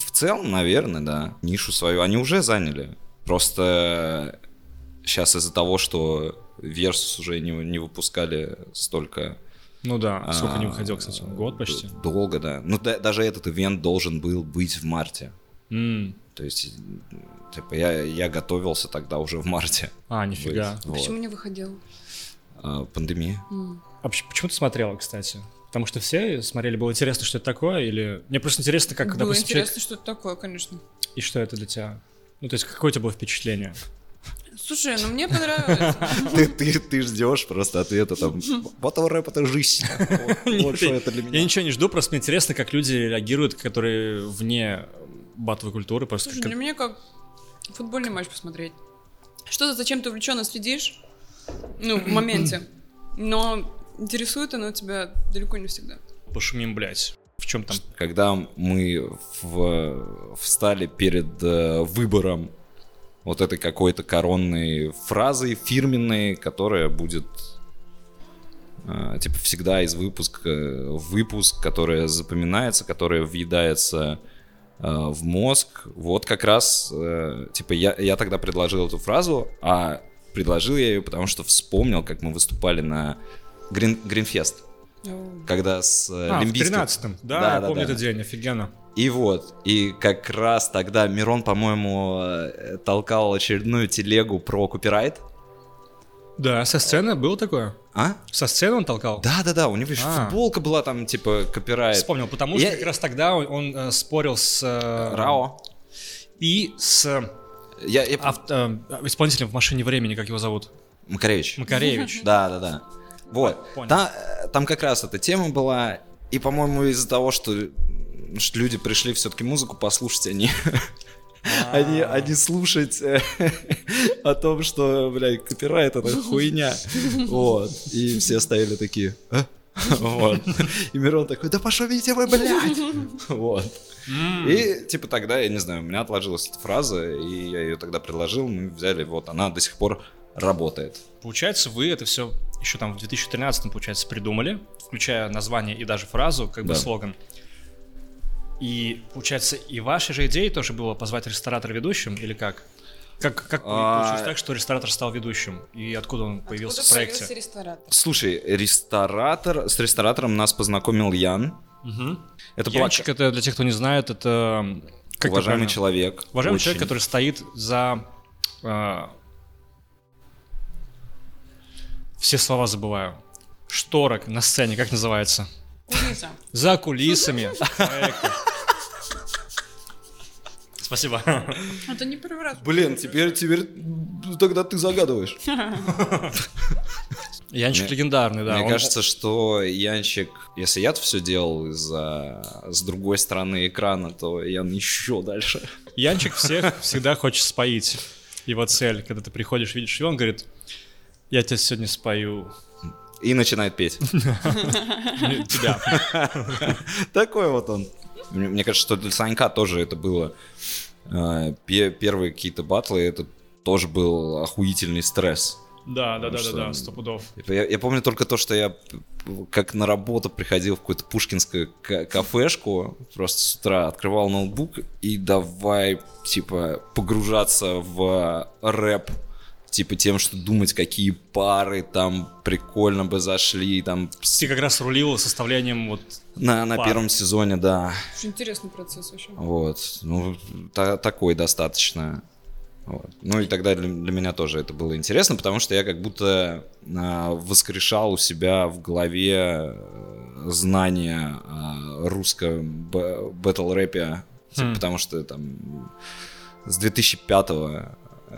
[SPEAKER 3] В целом, наверное, да. Нишу свою они уже заняли. Просто э, сейчас из-за того, что Версус уже не, не выпускали столько
[SPEAKER 5] Ну да, сколько не
[SPEAKER 3] А,
[SPEAKER 5] выходил, кстати, он год почти.
[SPEAKER 3] Долго, да. Ну, да- даже этот ивент должен был быть в марте.
[SPEAKER 5] М.
[SPEAKER 3] То есть, э, типа, я, я готовился тогда уже в марте.
[SPEAKER 5] А, нифига.
[SPEAKER 3] быть. Вот.
[SPEAKER 4] Почему не выходил?
[SPEAKER 3] А, пандемия.
[SPEAKER 4] М.
[SPEAKER 5] А поч- почему ты смотрела, кстати? Потому что все смотрели, было интересно, что это такое, или... Мне просто интересно, как,
[SPEAKER 4] Было
[SPEAKER 5] допустим, человек-
[SPEAKER 4] интересно, что это такое, конечно.
[SPEAKER 5] И что это для тебя? Ну, то есть, какое у тебя было впечатление?
[SPEAKER 4] Слушай, ну мне понравилось.
[SPEAKER 3] Ты, ты, ты ждешь просто ответа там. Вот у рэп это жизнь. Вот, Вот что это для
[SPEAKER 5] Я
[SPEAKER 3] меня.
[SPEAKER 5] ничего не жду, просто мне интересно, как люди реагируют, которые вне батовой культуры, просто
[SPEAKER 4] Слушай,
[SPEAKER 5] как-
[SPEAKER 4] для меня как футбольный матч посмотреть. Что-то, зачем ты увлеченно следишь, ну, в моменте. Но интересует оно тебя далеко не всегда.
[SPEAKER 5] пошумим, блядь. В чем там?
[SPEAKER 3] Когда мы в- встали перед э, выбором вот этой какой-то коронной фразы фирменной, которая будет э, типа всегда из выпуска в выпуск, которая запоминается, которая въедается э, в мозг. Вот как раз, э, типа, я, я тогда предложил эту фразу, а предложил я ее, потому что вспомнил, как мы выступали на Грин, Гринфест, когда с э,
[SPEAKER 5] А, в
[SPEAKER 3] Лимбискет.
[SPEAKER 5] 13-м. Да, я помню этот день, офигенно.
[SPEAKER 3] И вот, и как раз тогда Мирон, по-моему, э, толкал очередную телегу про копирайт.
[SPEAKER 5] Да, со сцены было такое?
[SPEAKER 3] А?
[SPEAKER 5] Со сцены он толкал?
[SPEAKER 3] Да-да-да, у него еще
[SPEAKER 5] А.
[SPEAKER 3] футболка была там, типа, копирайт.
[SPEAKER 5] Вспомнил, потому что
[SPEAKER 3] Я-
[SPEAKER 5] как раз тогда он, он, э, спорил с... э,
[SPEAKER 3] Рао.
[SPEAKER 5] И с э,
[SPEAKER 3] Я, я-
[SPEAKER 5] авт- э, исполнителем в «Машине времени», как его зовут?
[SPEAKER 3] Макаревич.
[SPEAKER 5] Макаревич.
[SPEAKER 3] Да-да-да. Вот.
[SPEAKER 5] Понял.
[SPEAKER 3] Та- э, там как раз эта тема была. И, по-моему, из-за того, что, м, что люди пришли все-таки музыку послушать, а они... Они, они а слушать э, о том, что, блядь, копирайт это хуйня. Вот. И все стояли такие. «А?» Вот. И Мирон такой, да пошумите вы, блядь. Вот. И типа тогда, я не знаю, у меня отложилась эта фраза, и я ее тогда предложил, мы взяли, вот она до сих пор работает.
[SPEAKER 5] Получается, вы это все еще там в 2013 получается, придумали, включая название и даже фразу, как бы
[SPEAKER 3] Да.
[SPEAKER 5] слоган. И, получается, и вашей же идеей тоже было позвать ресторатора ведущим, или как? Как, как
[SPEAKER 3] А.
[SPEAKER 5] получилось так, что ресторатор стал ведущим? И откуда он появился в
[SPEAKER 4] Откуда
[SPEAKER 5] проекте?
[SPEAKER 4] появился ресторатор?
[SPEAKER 3] Слушай, ресторатор, с ресторатором нас познакомил Ян.
[SPEAKER 5] Мгм.
[SPEAKER 3] Это была
[SPEAKER 5] Янчик, это для тех, кто не знает, это... как это
[SPEAKER 3] уважаемый
[SPEAKER 5] правильно?
[SPEAKER 3] человек.
[SPEAKER 5] Уважаемый
[SPEAKER 3] Очень.
[SPEAKER 5] человек, который стоит за... а, все слова забываю. Шторок на сцене, как называется?
[SPEAKER 4] Курица.
[SPEAKER 5] За кулисами проекта. Спасибо.
[SPEAKER 4] Это не первый раз.
[SPEAKER 3] Блин, теперь, теперь тогда ты загадываешь.
[SPEAKER 5] Янчик
[SPEAKER 3] Мне-
[SPEAKER 5] легендарный, да.
[SPEAKER 3] Мне
[SPEAKER 5] он-
[SPEAKER 3] кажется, что Янчик, если я все делал из-за с другой стороны экрана, то Ян еще дальше.
[SPEAKER 5] Янчик всех всегда хочет споить. Его цель, когда ты приходишь, видишь его, он говорит, я тебя сегодня спою.
[SPEAKER 3] И начинает петь.
[SPEAKER 5] Не Тебя.
[SPEAKER 3] Такой вот он. Мне, мне кажется, что для Санька тоже это было. э, пе- первые какие-то батлы, это тоже был охуительный стресс.
[SPEAKER 5] Да, да, да, да,
[SPEAKER 3] что-
[SPEAKER 5] да, сто пудов.
[SPEAKER 3] Типа, Я, я помню только то, что я п- п- как на работу приходил в какую-то пушкинскую ка- кафешку, просто с утра открывал ноутбук и давай, типа, погружаться в рэп, типа тем, что думать, какие пары там прикольно бы зашли, там, с-
[SPEAKER 5] Ты как раз рулил составлением вот...
[SPEAKER 3] на, на
[SPEAKER 5] Пары.
[SPEAKER 3] первом сезоне, да,
[SPEAKER 4] Очень интересный процесс вообще.
[SPEAKER 3] вот, ну, та- такой достаточно. Вот. Ну и тогда для, для меня тоже это было интересно, потому что я как будто а, воскрешал у себя в голове э, знания о русском бэ- бэтл-рэпе, типа,
[SPEAKER 5] Хм.
[SPEAKER 3] потому что там с 2005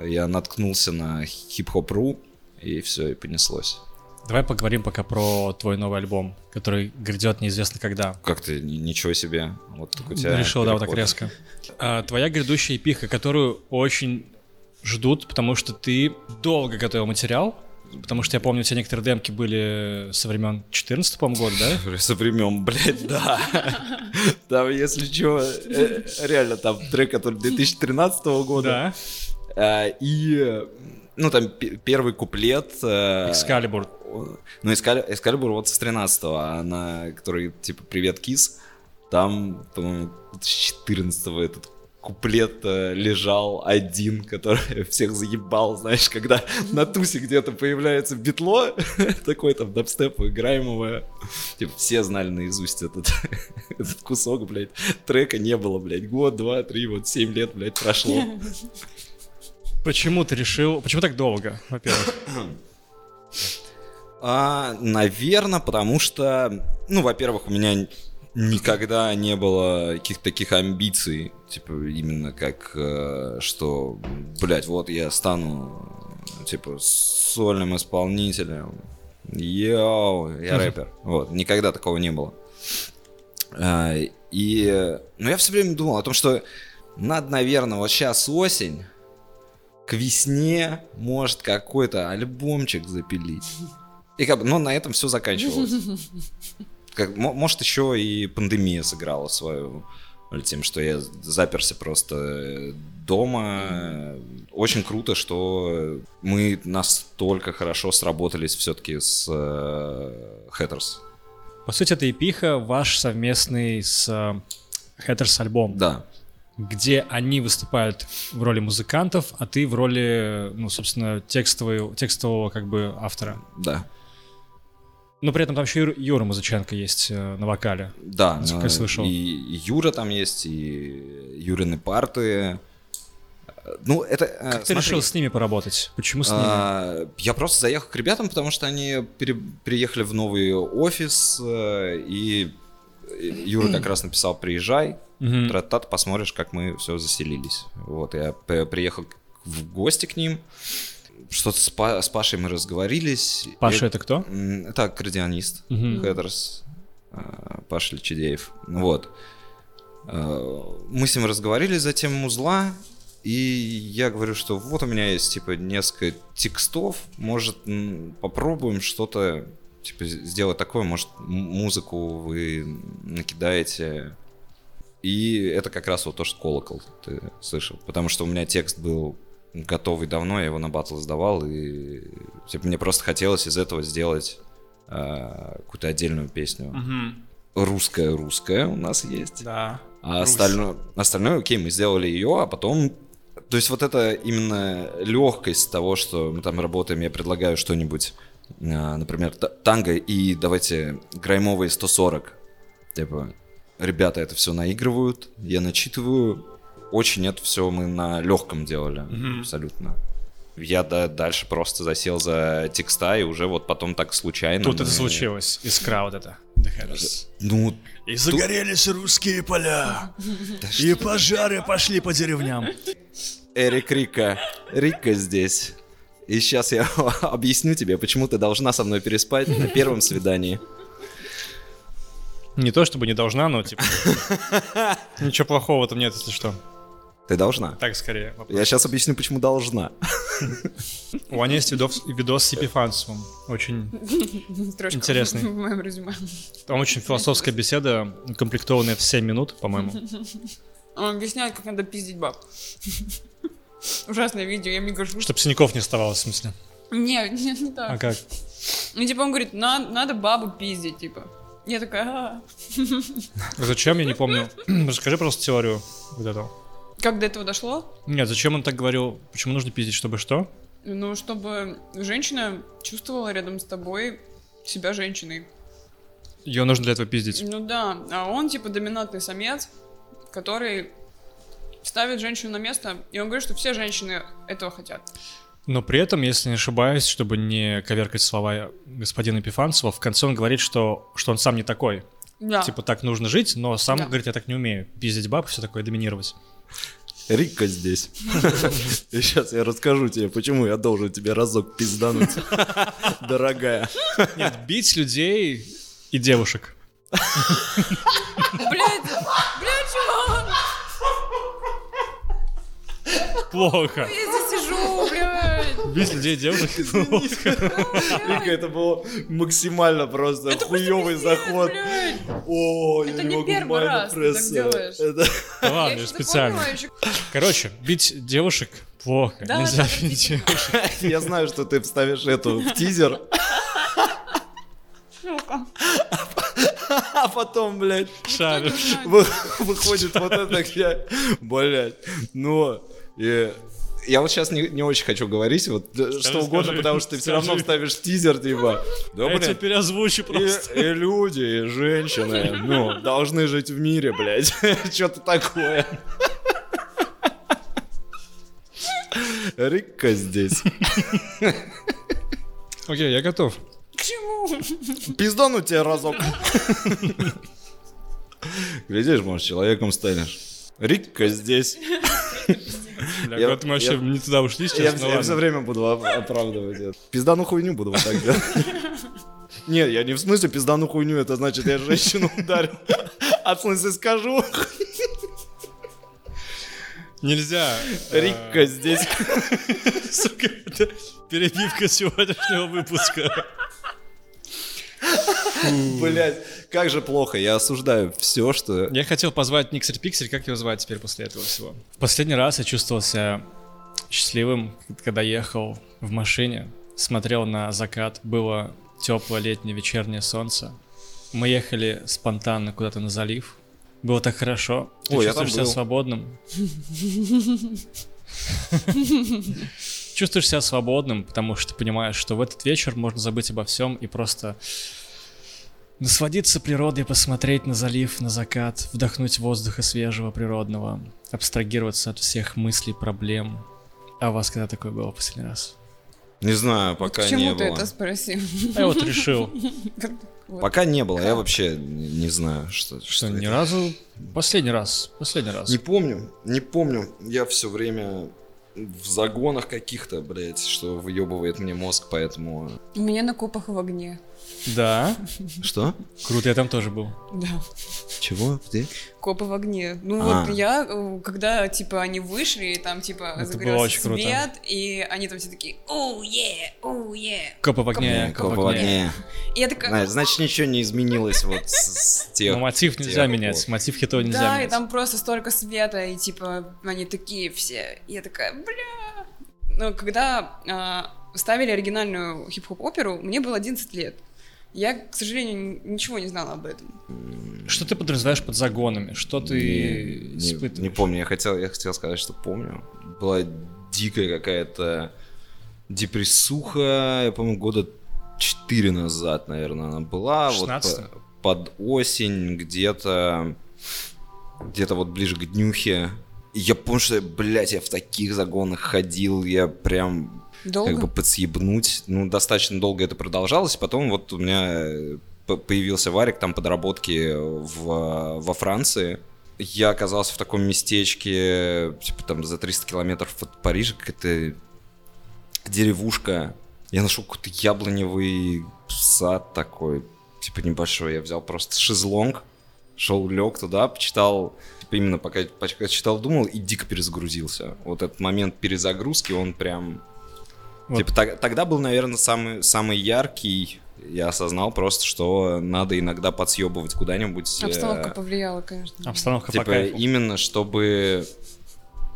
[SPEAKER 3] я наткнулся на хип-хоп.ру, и все, и понеслось.
[SPEAKER 5] Давай поговорим пока про твой новый альбом, который грядет неизвестно когда.
[SPEAKER 3] Как ты, ни- ничего себе, вот так у тебя...
[SPEAKER 5] Решил, да, вот так
[SPEAKER 3] переход.
[SPEAKER 5] резко. А, твоя грядущая эпиха, которую очень ждут, потому что ты долго готовил материал, потому что я помню, у тебя некоторые демки были со времен 14 по-моему, года, да?
[SPEAKER 3] Со времен, блядь, да. Там, если чего, э, реально там трек, который 2013 года.
[SPEAKER 5] Да.
[SPEAKER 3] А, И, э, ну, там пе- первый куплет. э,
[SPEAKER 5] Экскалибур.
[SPEAKER 3] Ну, «Эскаль- Экскалибур вот с 13-го, а на который, типа, «Привет, кис», там, по-моему, с 14-го этот куплет э, лежал один, который всех заебал, знаешь, когда на тусе где-то появляется битло, такой там дабстеп, играем его. Типа все знали наизусть этот, этот кусок, блядь. Трека не было, блядь. Год, два, три, вот семь лет, блядь, прошло.
[SPEAKER 5] Почему ты решил... Почему так долго, во-первых?
[SPEAKER 3] А, наверное, потому что, ну, во-первых, у меня н- никогда не было каких-то таких амбиций, типа, именно как, э, что, блядь, вот я стану, типа, сольным исполнителем. Йоу, я рэпер. Вот, никогда такого не было. А, и, э, ну, я все время думал о том, что надо, наверное, вот сейчас осень, к весне, может, какой-то альбомчик запилить. И как бы, ну, на этом все заканчивалось. Как, мо- может, еще и пандемия сыграла свою роль тем, что я заперся просто э, дома. Очень круто, что мы настолько хорошо сработались все-таки с э, Хэттерс.
[SPEAKER 5] По сути, это эпиха ваш совместный с Хэттерс альбом,
[SPEAKER 3] Да.
[SPEAKER 5] где они выступают в роли музыкантов, а ты в роли, ну, собственно, текстового, текстового как бы автора.
[SPEAKER 3] Да.
[SPEAKER 5] Но при этом там еще и Юра Музыченко есть э, на вокале.
[SPEAKER 3] Да, но
[SPEAKER 5] Насколько я слышал.
[SPEAKER 3] И Юра там есть, и Юрины парты. Э, Ну, это... э,
[SPEAKER 5] Как ты
[SPEAKER 3] смотри,
[SPEAKER 5] решил с ними поработать? Почему с ними?
[SPEAKER 3] а, Я просто заехал к ребятам, потому что они пере- переехали в новый офис, э, и Юра как раз написал «приезжай»,
[SPEAKER 5] Мгм.
[SPEAKER 3] тра-та, ты посмотришь, как мы все заселились. Вот, я п- приехал к- в гости к ним, что-то с, Па- с Пашей мы разговорились.
[SPEAKER 5] Паша,
[SPEAKER 3] Я-
[SPEAKER 5] это кто?
[SPEAKER 3] М, Это аккордеонист.
[SPEAKER 5] Мгм.
[SPEAKER 3] Хедерс, а, Паша Личидеев. Вот. А, Мы с ним разговаривали за тему узла, и я говорю, что вот у меня есть, типа, несколько текстов, может, м, попробуем что-то, типа, сделать такое, может, м- музыку вы накидаете. И это как раз вот то, что колокол ты слышал. Потому что у меня текст был готовый давно, я его на батл сдавал, и типа, мне просто хотелось из этого сделать а, какую-то отдельную песню. Русская-русская у нас есть.
[SPEAKER 5] Да.
[SPEAKER 3] А остальное, остальное, окей, мы сделали ее, а потом... То есть вот это именно легкость того, что мы там работаем, я предлагаю что-нибудь, а, например, та- танго и давайте граймовые 140. Типа, ребята это все наигрывают, я начитываю. Очень это все мы на легком делали, абсолютно. Я да, дальше просто засел за текста и уже вот потом так случайно...
[SPEAKER 5] Тут это
[SPEAKER 3] мы-
[SPEAKER 5] случилось. Искра вот это.
[SPEAKER 3] Ну,
[SPEAKER 5] И загорелись русские поля. И пожары пошли по деревням.
[SPEAKER 3] Эрик Рика. Рика здесь. И сейчас я объясню тебе, почему ты должна со мной переспать на первом свидании.
[SPEAKER 5] Не то чтобы не должна, но типа. Ничего плохого там нет, если что.
[SPEAKER 3] Ты должна.
[SPEAKER 5] Так скорее. вопрос.
[SPEAKER 3] Я сейчас объясню, почему должна.
[SPEAKER 5] У Ани есть видос, видос с Епифанцевым. Очень.
[SPEAKER 4] Трошка
[SPEAKER 5] Интересный.
[SPEAKER 4] В моем резюме.
[SPEAKER 5] Там очень философская беседа, комплектованная в 7 минут, по-моему.
[SPEAKER 4] Он объясняет, как надо пиздить баб. Ужасное видео, я мне горжусь.
[SPEAKER 5] Чтоб синяков не оставалось, в смысле.
[SPEAKER 4] Нет, не, не так.
[SPEAKER 5] А как?
[SPEAKER 4] Ну, типа, он говорит, «На- надо бабу пиздить, типа. Я такая, «А,
[SPEAKER 5] Зачем, я не помню. Расскажи просто теорию вот этого.
[SPEAKER 4] как до этого дошло?
[SPEAKER 5] Нет, зачем он так говорил? Почему нужно пиздить, чтобы что?
[SPEAKER 4] Ну, чтобы женщина чувствовала рядом с тобой себя женщиной.
[SPEAKER 5] Ее нужно для этого пиздить.
[SPEAKER 4] Ну да, а он типа доминантный самец, который ставит женщину на место, и он говорит, что все женщины этого хотят.
[SPEAKER 5] Но при этом, если не ошибаюсь, чтобы не коверкать слова господина Пифанцева, в конце он говорит, что, что он сам не такой.
[SPEAKER 4] Да.
[SPEAKER 5] Типа так нужно жить, но сам
[SPEAKER 4] Да.
[SPEAKER 5] говорит, я так не умею. Пиздить баб, все такое, доминировать.
[SPEAKER 3] Рика здесь. И сейчас я расскажу тебе, почему я должен тебе разок пиздануть, дорогая.
[SPEAKER 5] Нет, бить людей и девушек.
[SPEAKER 4] Блядь, блядь, чувак,
[SPEAKER 5] Плохо.
[SPEAKER 4] я здесь сижу, блядь.
[SPEAKER 5] Бить людей и девушек.
[SPEAKER 3] Рика, это было максимально просто
[SPEAKER 4] Это просто
[SPEAKER 3] хуёвый
[SPEAKER 4] пиздец,
[SPEAKER 3] заход.
[SPEAKER 4] блядь.
[SPEAKER 3] О,
[SPEAKER 4] Это
[SPEAKER 3] я
[SPEAKER 4] не
[SPEAKER 3] не могу
[SPEAKER 4] первый раз ты так
[SPEAKER 3] майнопресса.
[SPEAKER 4] делаешь.
[SPEAKER 3] Это-
[SPEAKER 4] Я
[SPEAKER 5] Ладно, А, ну я
[SPEAKER 4] ещё
[SPEAKER 5] специально.
[SPEAKER 4] запомнила ещё.
[SPEAKER 5] Короче, бить девушек плохо.
[SPEAKER 4] Да,
[SPEAKER 5] Нельзя
[SPEAKER 4] да,
[SPEAKER 5] бить девушек.
[SPEAKER 3] Я знаю, что ты вставишь эту в тизер.
[SPEAKER 4] Сука.
[SPEAKER 3] А потом, блядь,
[SPEAKER 5] шарю.
[SPEAKER 3] вы- выходит вот это, я, блядь, ну, и я вот сейчас не, не очень хочу говорить, вот э, что угодно,
[SPEAKER 5] скажи,
[SPEAKER 3] потому что ты все равно
[SPEAKER 5] скажи.
[SPEAKER 3] вставишь тизер, типа, да,
[SPEAKER 5] Я
[SPEAKER 3] блядь,
[SPEAKER 5] тебя переозвучу просто.
[SPEAKER 3] и, и люди, и женщины, ну, должны жить в мире, блядь. Что-то такое. Рикка здесь.
[SPEAKER 5] Окей, я готов.
[SPEAKER 4] К чему?
[SPEAKER 3] Пиздану тебе разок. Глядишь, может, человеком станешь. Рикка здесь.
[SPEAKER 5] Бля,
[SPEAKER 3] Я-
[SPEAKER 5] говорят, мы вообще
[SPEAKER 3] я-
[SPEAKER 5] не туда ушли
[SPEAKER 3] Я,
[SPEAKER 5] сейчас, ну
[SPEAKER 3] я все
[SPEAKER 5] ладно.
[SPEAKER 3] время буду оп- оправдывать это. Пиздану хуйню буду вот так делать. Нет, я не в смысле пиздану хуйню, это значит, я женщину ударил. А в смысле скажу,
[SPEAKER 5] Нельзя. э,
[SPEAKER 3] Рикка здесь.
[SPEAKER 5] Сука, это перебивка сегодняшнего выпуска.
[SPEAKER 3] Блять, как же плохо, я осуждаю все, что...
[SPEAKER 5] Я хотел позвать Никсель Пиксель, как его звать теперь после этого всего? В последний раз я чувствовал себя счастливым, когда ехал в машине, смотрел на закат, было теплое летнее вечернее солнце. Мы ехали спонтанно куда-то на залив. Было так хорошо. Ты
[SPEAKER 3] Ой, я там
[SPEAKER 5] чувствуешь себя
[SPEAKER 3] был.
[SPEAKER 5] свободным. Чувствуешь себя свободным, потому что понимаешь, что в этот вечер можно забыть обо всем и просто Насладиться природой, посмотреть на залив, на закат, вдохнуть воздуха свежего, природного, абстрагироваться от всех мыслей, проблем. А у вас когда такое было в последний раз?
[SPEAKER 3] Не знаю, пока
[SPEAKER 4] Ну, К
[SPEAKER 3] не
[SPEAKER 4] чему ты
[SPEAKER 3] было.
[SPEAKER 4] это спросил?
[SPEAKER 5] А я вот решил,
[SPEAKER 4] Вот.
[SPEAKER 3] Пока не было, я вообще не не знаю, что...
[SPEAKER 5] что ни
[SPEAKER 3] это.
[SPEAKER 5] разу... Последний раз, последний раз.
[SPEAKER 3] Не помню, не помню. Я все время в загонах каких-то, блять, что выебывает мне мозг, поэтому...
[SPEAKER 4] У меня на копах в огне.
[SPEAKER 5] Да,
[SPEAKER 3] Что?
[SPEAKER 5] круто, я там тоже был.
[SPEAKER 4] Да.
[SPEAKER 3] Чего? Где?
[SPEAKER 4] Копы в огне. Ну
[SPEAKER 3] А.
[SPEAKER 4] вот я, э, когда, типа, они вышли, и там, типа,
[SPEAKER 5] Это было
[SPEAKER 4] загорелся
[SPEAKER 5] очень круто.
[SPEAKER 4] свет, и они там все такие, оу, е, оу, е.
[SPEAKER 5] Копы в огне, копы в огне.
[SPEAKER 4] И я такая,
[SPEAKER 3] Знаешь, значит, ничего не изменилось вот с с тех...
[SPEAKER 5] Но Ну, мотив нельзя
[SPEAKER 3] тех
[SPEAKER 5] менять,
[SPEAKER 3] пор.
[SPEAKER 5] мотив хитова нельзя
[SPEAKER 4] да, и
[SPEAKER 5] менять.
[SPEAKER 4] там просто столько света, и, типа, они такие все. И я такая, бля. Но когда а, ставили оригинальную хип-хоп-оперу, мне было 11 лет. Я, к сожалению, н- ничего не знала об этом.
[SPEAKER 5] Что ты подразумеваешь под загонами? Что ну, ты
[SPEAKER 3] Не- не-
[SPEAKER 5] испытываешь?
[SPEAKER 3] Не помню, я хотел, я хотел сказать, что помню. Была дикая какая-то депрессуха, я помню, года 4 назад, наверное, она была. Вот
[SPEAKER 5] 16?
[SPEAKER 3] по- под осень где-то, где-то вот ближе к днюхе. И Я помню, что, я, блядь, я в таких загонах ходил, я прям
[SPEAKER 4] Долго?
[SPEAKER 3] как бы подсъебнуть. Ну, достаточно долго это продолжалось. Потом вот у меня э, п- появился Варик там подработки в, э, во Франции. Я оказался в таком местечке, типа там за 300 километров от Парижа, какая-то деревушка. Я нашел какой-то яблоневый сад такой, типа небольшой. Я взял просто шезлонг, шел, лег туда, почитал, типа именно пока, пока читал, думал и дико перезагрузился. Вот этот момент перезагрузки, он прям
[SPEAKER 5] Вот.
[SPEAKER 3] Типа, тог- тогда был, наверное, самый, самый яркий. Я осознал просто, что надо иногда подсъебывать куда-нибудь. э,
[SPEAKER 4] Обстановка повлияла, конечно.
[SPEAKER 5] Обстановка по
[SPEAKER 3] Типа,
[SPEAKER 5] кайфу.
[SPEAKER 3] именно чтобы,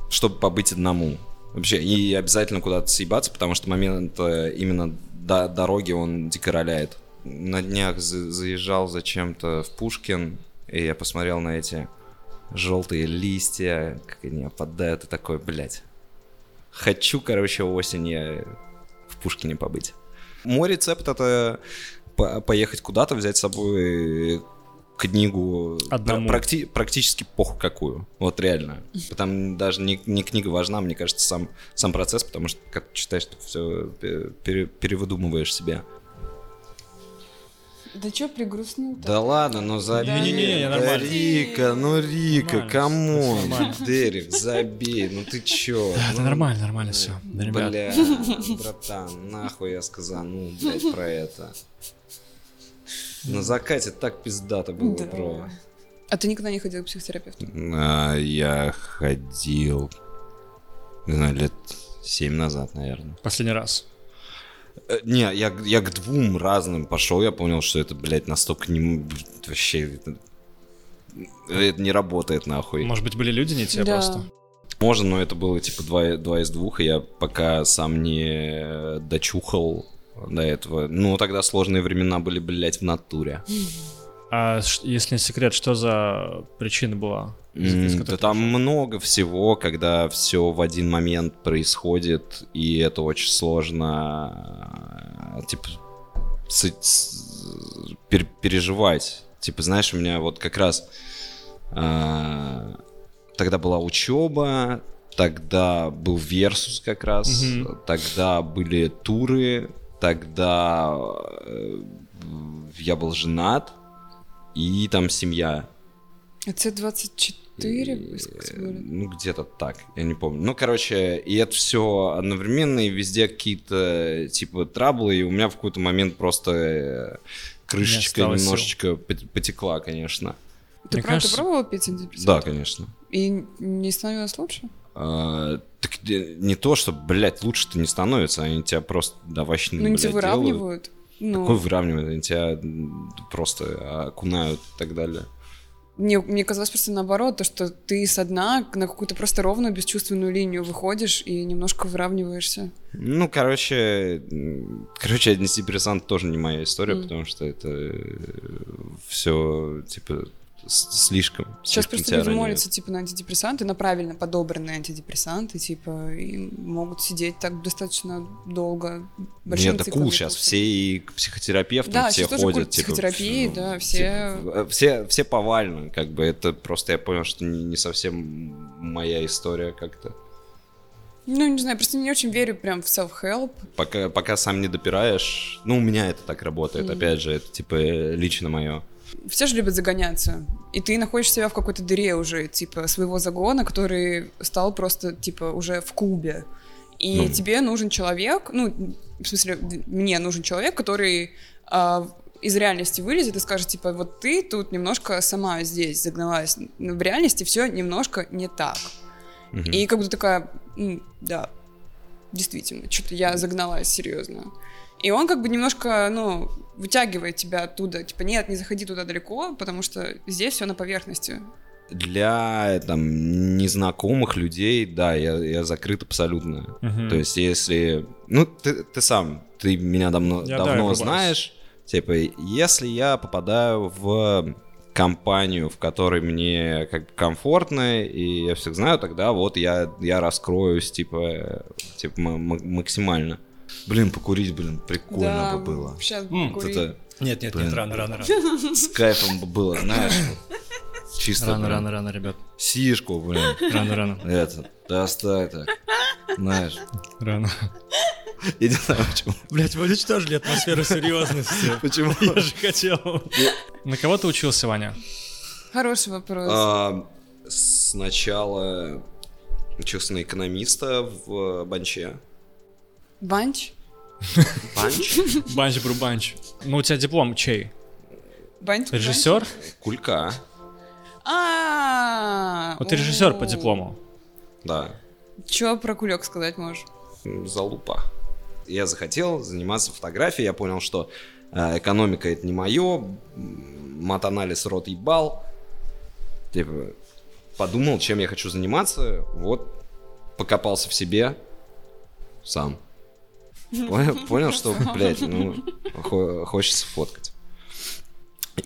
[SPEAKER 3] чтобы побыть одному. Вообще, и обязательно куда-то съебаться, потому что момент э, именно до дороги он дико роляет. На днях за- заезжал зачем-то в Пушкин, и я посмотрел на эти желтые листья, как они опадают, и такой, блядь. Хочу, короче, осень я в Пушкине побыть. Мой рецепт — это по- поехать куда-то, взять с собой книгу
[SPEAKER 5] Одному.
[SPEAKER 3] пра- практи- практически похуй какую. Вот реально. Там даже не, не книга важна, мне кажется, сам, сам процесс, потому что как ты читаешь, ты все перевыдумываешь себя.
[SPEAKER 4] Да чё пригрустнул-то?
[SPEAKER 3] Да ладно, ну забей.
[SPEAKER 5] Не-не-не, я
[SPEAKER 3] Да,
[SPEAKER 5] нормально.
[SPEAKER 3] Рика, ну Рика,
[SPEAKER 5] Нормально,
[SPEAKER 3] камон.
[SPEAKER 5] всё нормально.
[SPEAKER 3] Дерек, забей, ну ты чё?
[SPEAKER 5] Да,
[SPEAKER 3] ну,
[SPEAKER 5] нормально, нормально все. Да, ребят,
[SPEAKER 3] Бля, братан, нахуй я сказал, ну, блядь, про это. На закате так пиздато было,
[SPEAKER 4] Да.
[SPEAKER 3] бро.
[SPEAKER 4] А ты никогда не ходил к психотерапевту?
[SPEAKER 3] А, я ходил, не знаю, лет семь назад, наверное. Э,
[SPEAKER 5] последний раз.
[SPEAKER 3] не, я, к- я к двум разным пошел, я понял, что это, блядь, настолько не... м- Вообще... Это, это не работает, нахуй.
[SPEAKER 5] Может быть, были люди не те
[SPEAKER 4] Да.
[SPEAKER 5] просто?
[SPEAKER 3] Можно, но это было, типа, два, два из двух, и я пока сам не дочухал до этого. Ну, тогда сложные времена были, блядь, в натуре.
[SPEAKER 5] А ш- если не секрет, что за причина была? из- из
[SPEAKER 3] М, Да
[SPEAKER 5] которой
[SPEAKER 3] там
[SPEAKER 5] ты ушел?
[SPEAKER 3] много всего, когда все в один момент происходит, и это очень сложно, э, типа, с- с- пер- переживать. Типа, знаешь, у меня вот как раз э, тогда была учеба, тогда был Версус как раз,
[SPEAKER 5] Мгм.
[SPEAKER 3] тогда были туры, тогда э, я был женат, и там семья.
[SPEAKER 4] С24
[SPEAKER 3] И,
[SPEAKER 4] сколько
[SPEAKER 3] э,
[SPEAKER 4] говорят?
[SPEAKER 3] Ну, где-то так, я не помню. Ну, короче, и это все одновременно, и везде какие-то, типа, траблы, и у меня в какой-то момент просто э, крышечка
[SPEAKER 5] осталось сил.
[SPEAKER 3] немножечко пот- потекла, конечно.
[SPEAKER 4] Ты прав-
[SPEAKER 5] мне
[SPEAKER 4] ты
[SPEAKER 5] кажется-
[SPEAKER 4] пробовал пить антидепрессанты?
[SPEAKER 3] Да, конечно.
[SPEAKER 4] И не становилось лучше?
[SPEAKER 3] А, так э, не то, что, блядь, лучше-то не становится, они тебя просто овощным,
[SPEAKER 4] Ну, не
[SPEAKER 3] блядь,
[SPEAKER 4] тебя
[SPEAKER 3] делают.
[SPEAKER 4] выравнивают.
[SPEAKER 3] Какой
[SPEAKER 4] Ну,
[SPEAKER 3] выравнивают? Они тебя м, просто окунают и так далее.
[SPEAKER 4] мне, мне казалось просто наоборот, то, что ты со дна на какую-то просто ровную, бесчувственную линию выходишь и немножко выравниваешься.
[SPEAKER 3] Ну, короче, м, короче, антидепрессант тоже не моя история,
[SPEAKER 4] Мгм.
[SPEAKER 3] потому что это все, типа, с- слишком.
[SPEAKER 4] Сейчас
[SPEAKER 3] слишком
[SPEAKER 4] просто
[SPEAKER 3] тебя
[SPEAKER 4] люди
[SPEAKER 3] ранит.
[SPEAKER 4] молятся, типа, на антидепрессанты, на правильно подобранные антидепрессанты, типа, и могут сидеть так достаточно долго.
[SPEAKER 3] Нет,
[SPEAKER 4] большими
[SPEAKER 3] это
[SPEAKER 4] циклами
[SPEAKER 3] кул сейчас,
[SPEAKER 4] курса.
[SPEAKER 3] все и к психотерапевтам
[SPEAKER 4] Да,
[SPEAKER 3] все
[SPEAKER 4] сейчас тоже
[SPEAKER 3] ходят.
[SPEAKER 4] культ психотерапии,
[SPEAKER 3] пф,
[SPEAKER 4] да,
[SPEAKER 3] типа, э, все... Все повально, как бы, это просто я понял, что не, не совсем моя история как-то.
[SPEAKER 4] Ну, не знаю, просто не очень верю прям в self-help.
[SPEAKER 3] Пока, пока сам не допираешь, ну, у меня это так работает,
[SPEAKER 4] Мгм.
[SPEAKER 3] опять же, это, типа, э, лично мое.
[SPEAKER 4] Все же любят загоняться. И ты находишь себя в какой-то дыре уже, типа, своего загона, который стал просто, типа, уже в кубе. И
[SPEAKER 3] Ну.
[SPEAKER 4] тебе нужен человек, ну, в смысле, мне нужен человек, который а, из реальности вылезет и скажет, типа, вот ты тут немножко сама здесь загналась. Но в реальности все немножко не так. И как бы ты такая, «М, да, действительно, что-то я загналась серьезно. И он как бы немножко, ну, вытягивает тебя оттуда, типа, нет, не заходи туда далеко, потому что здесь все на поверхности.
[SPEAKER 3] для там незнакомых людей, да, я, я закрыт абсолютно.
[SPEAKER 5] Мгм.
[SPEAKER 3] То есть, если. Ну, ты, ты сам, ты меня давно,
[SPEAKER 5] Я, да, я
[SPEAKER 3] давно
[SPEAKER 5] врубаюсь.
[SPEAKER 3] знаешь. Типа, если я попадаю в компанию, в которой мне как бы комфортно, и я всех знаю, тогда вот я, я раскроюсь, типа, э, типа м- м- максимально. Блин, покурить, блин, прикольно бы было.
[SPEAKER 4] Сейчас
[SPEAKER 5] М,
[SPEAKER 3] Вот это
[SPEAKER 5] Нет, нет,
[SPEAKER 3] Блин.
[SPEAKER 5] нет, рано, рано, рано.
[SPEAKER 3] с кайфом бы было, знаешь. вот. Чисто.
[SPEAKER 5] Рано,
[SPEAKER 3] прям.
[SPEAKER 5] рано, рано, ребят.
[SPEAKER 3] Сишку, блин.
[SPEAKER 5] Рано, рано.
[SPEAKER 3] Это, достай так. Знаешь,
[SPEAKER 5] Рано.
[SPEAKER 3] я не знаю, почему.
[SPEAKER 5] Блять, вы уничтожили атмосферу серьезности.
[SPEAKER 3] Почему?
[SPEAKER 5] Я же хотел. На кого ты учился, Ваня?
[SPEAKER 4] Хороший вопрос.
[SPEAKER 3] А, Сначала учился на экономиста в э, Банче.
[SPEAKER 4] Банч?
[SPEAKER 3] Банч?
[SPEAKER 5] Банч, брубанч. Ну, у тебя диплом чей?
[SPEAKER 4] Банч?
[SPEAKER 5] Режиссер?
[SPEAKER 3] Кулька,
[SPEAKER 4] А,
[SPEAKER 5] Вот ты режиссер по диплому.
[SPEAKER 3] да.
[SPEAKER 4] Че про кулек сказать можешь?
[SPEAKER 3] Залупа. Я захотел заниматься фотографией, я понял, что э, экономика это не мое, матанализ рот ебал. Типа, подумал, чем я хочу заниматься, вот, покопался в себе сам. Понял, понял, что, блядь, ну, хо- хочется фоткать.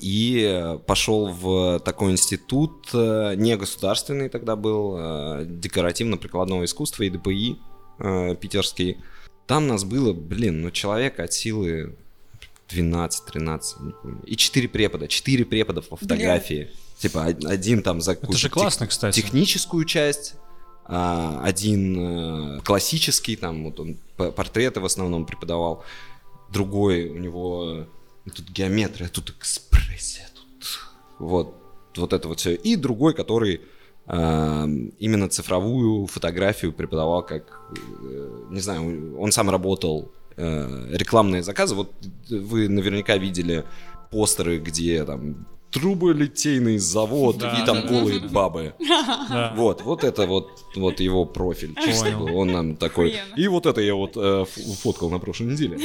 [SPEAKER 3] И э, пошел в такой институт, э, не государственный тогда был, э, декоративно-прикладного искусства, ИДПИ э, питерский. Там нас было, блин, ну человек от силы 12-13, не помню. И 4 препода, 4 препода по фотографии. Типа од- один там за
[SPEAKER 5] Это же
[SPEAKER 3] какую-то
[SPEAKER 5] классно, кстати.
[SPEAKER 3] техническую часть, а, один э, классический, там вот он п- портреты в основном преподавал, другой у него э, тут геометрия, тут экспрессия, тут вот, вот это вот все, и другой, который э, именно цифровую фотографию преподавал как, э, не знаю, он сам работал э, рекламные заказы, вот вы наверняка видели постеры, где там трубы литейный завод
[SPEAKER 5] Да,
[SPEAKER 3] и там
[SPEAKER 5] да, да.
[SPEAKER 3] голые бабы.
[SPEAKER 5] Да.
[SPEAKER 3] Вот, вот это вот, вот его профиль. честно
[SPEAKER 5] Понял.
[SPEAKER 3] говоря. Он нам такой.
[SPEAKER 4] Охуенно.
[SPEAKER 3] И вот это я вот э, ф- фоткал на прошлой неделе.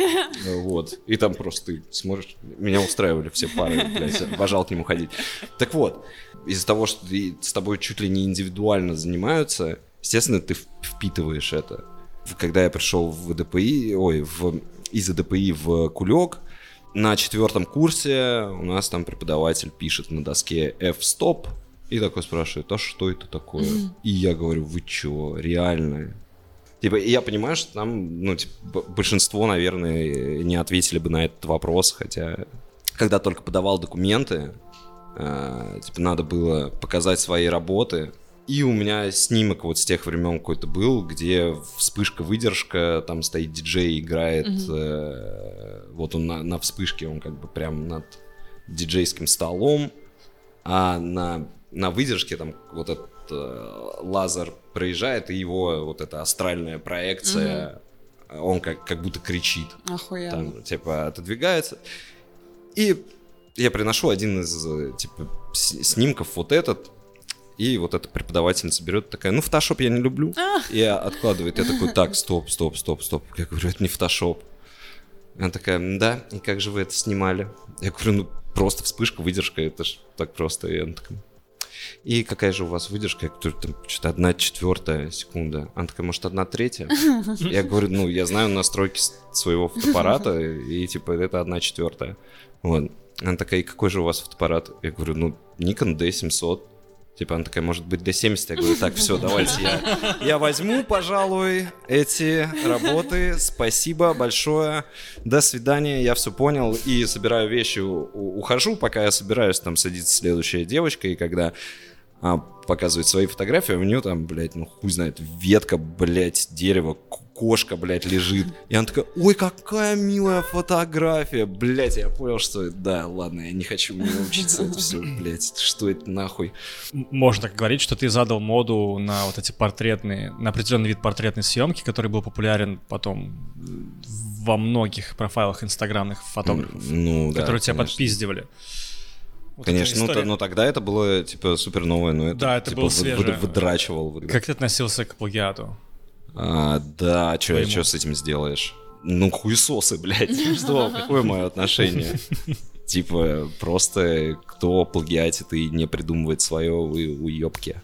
[SPEAKER 3] Э, Вот. И там просто ты смотришь. Меня устраивали все пары, блядь, обожал к нему ходить. Так вот, из-за того, что ты- с тобой чуть ли не индивидуально занимаются, естественно, ты в- впитываешь это. В- Когда я пришел в ДПИ, ой, в, из ДПИ в Кулек, на четвертом курсе у нас там преподаватель пишет на доске F-стоп и такой спрашивает, а что это такое? И я говорю, вы чего, реально? Типа, и я понимаю, что там, ну, типа, б- большинство, наверное, э, не ответили бы на этот вопрос, хотя, когда только подавал документы, э, типа, надо было показать свои работы, и у меня снимок вот с тех времен какой-то был, где вспышка-выдержка, там стоит диджей, играет, э, вот он на, на вспышке, он как бы прям над диджейским столом, а на, на выдержке там вот этот э, лазер проезжает, и его вот эта астральная проекция, он как, как будто кричит
[SPEAKER 4] Охуенно.
[SPEAKER 3] там, типа, отодвигается. И я приношу один из, э, типа, с- снимков, вот этот, и вот эта преподавательница берет, такая, ну, фотошоп я не люблю, и откладывает. Я такой, так, стоп, стоп, стоп, стоп. Я говорю, это не фотошоп. Она такая, «М, да, и как же вы это снимали? Я говорю, ну, просто вспышка, выдержка, это ж так просто. И она такая, и какая же у вас выдержка? Я говорю, там что-то одна четвертая секунда. Она такая, может, одна третья? Я говорю, ну, я знаю настройки с- своего фотоаппарата, и типа это одна четвертая. Вот. Она такая, и какой же у вас фотоаппарат? Я говорю, ну, Nikon D700. Типа она такая, может быть, D70? Я говорю, так, все, давайте я, я возьму, пожалуй, эти работы. Спасибо большое. До свидания, я все понял. И собираю вещи, у- у- ухожу, пока я собираюсь, там садится следующая девочка, и когда а, показывает свои фотографии, а у нее там, блядь, ну хуй знает, ветка, блядь, дерево, к- кошка, блядь, лежит. И она такая, ой, какая милая фотография, блядь, я понял, что, да, ладно, я не хочу мне учиться, это все, блядь, что это нахуй.
[SPEAKER 5] М- Можно так говорить, что ты задал моду на вот эти портретные, на определенный вид портретной съемки, который был популярен потом во многих профайлах инстаграмных фотографов,
[SPEAKER 3] Ну, да,
[SPEAKER 5] которые тебя
[SPEAKER 3] конечно.
[SPEAKER 5] подпиздивали. Вот эта
[SPEAKER 3] Конечно, ну,
[SPEAKER 5] история.
[SPEAKER 3] то- но тогда это было, типа, супер новое, но это,
[SPEAKER 5] Да, это
[SPEAKER 3] типа,
[SPEAKER 5] было
[SPEAKER 3] вы-
[SPEAKER 5] свежее.
[SPEAKER 3] вы- выдрачивал. вы-
[SPEAKER 5] Как ты относился к плагиату?
[SPEAKER 3] А, да, что
[SPEAKER 5] Твоему.
[SPEAKER 3] что с этим сделаешь? Ну, хуесосы, блядь, что, какое мое отношение? Типа, просто кто плагиатит и не придумывает свое, вы уебки.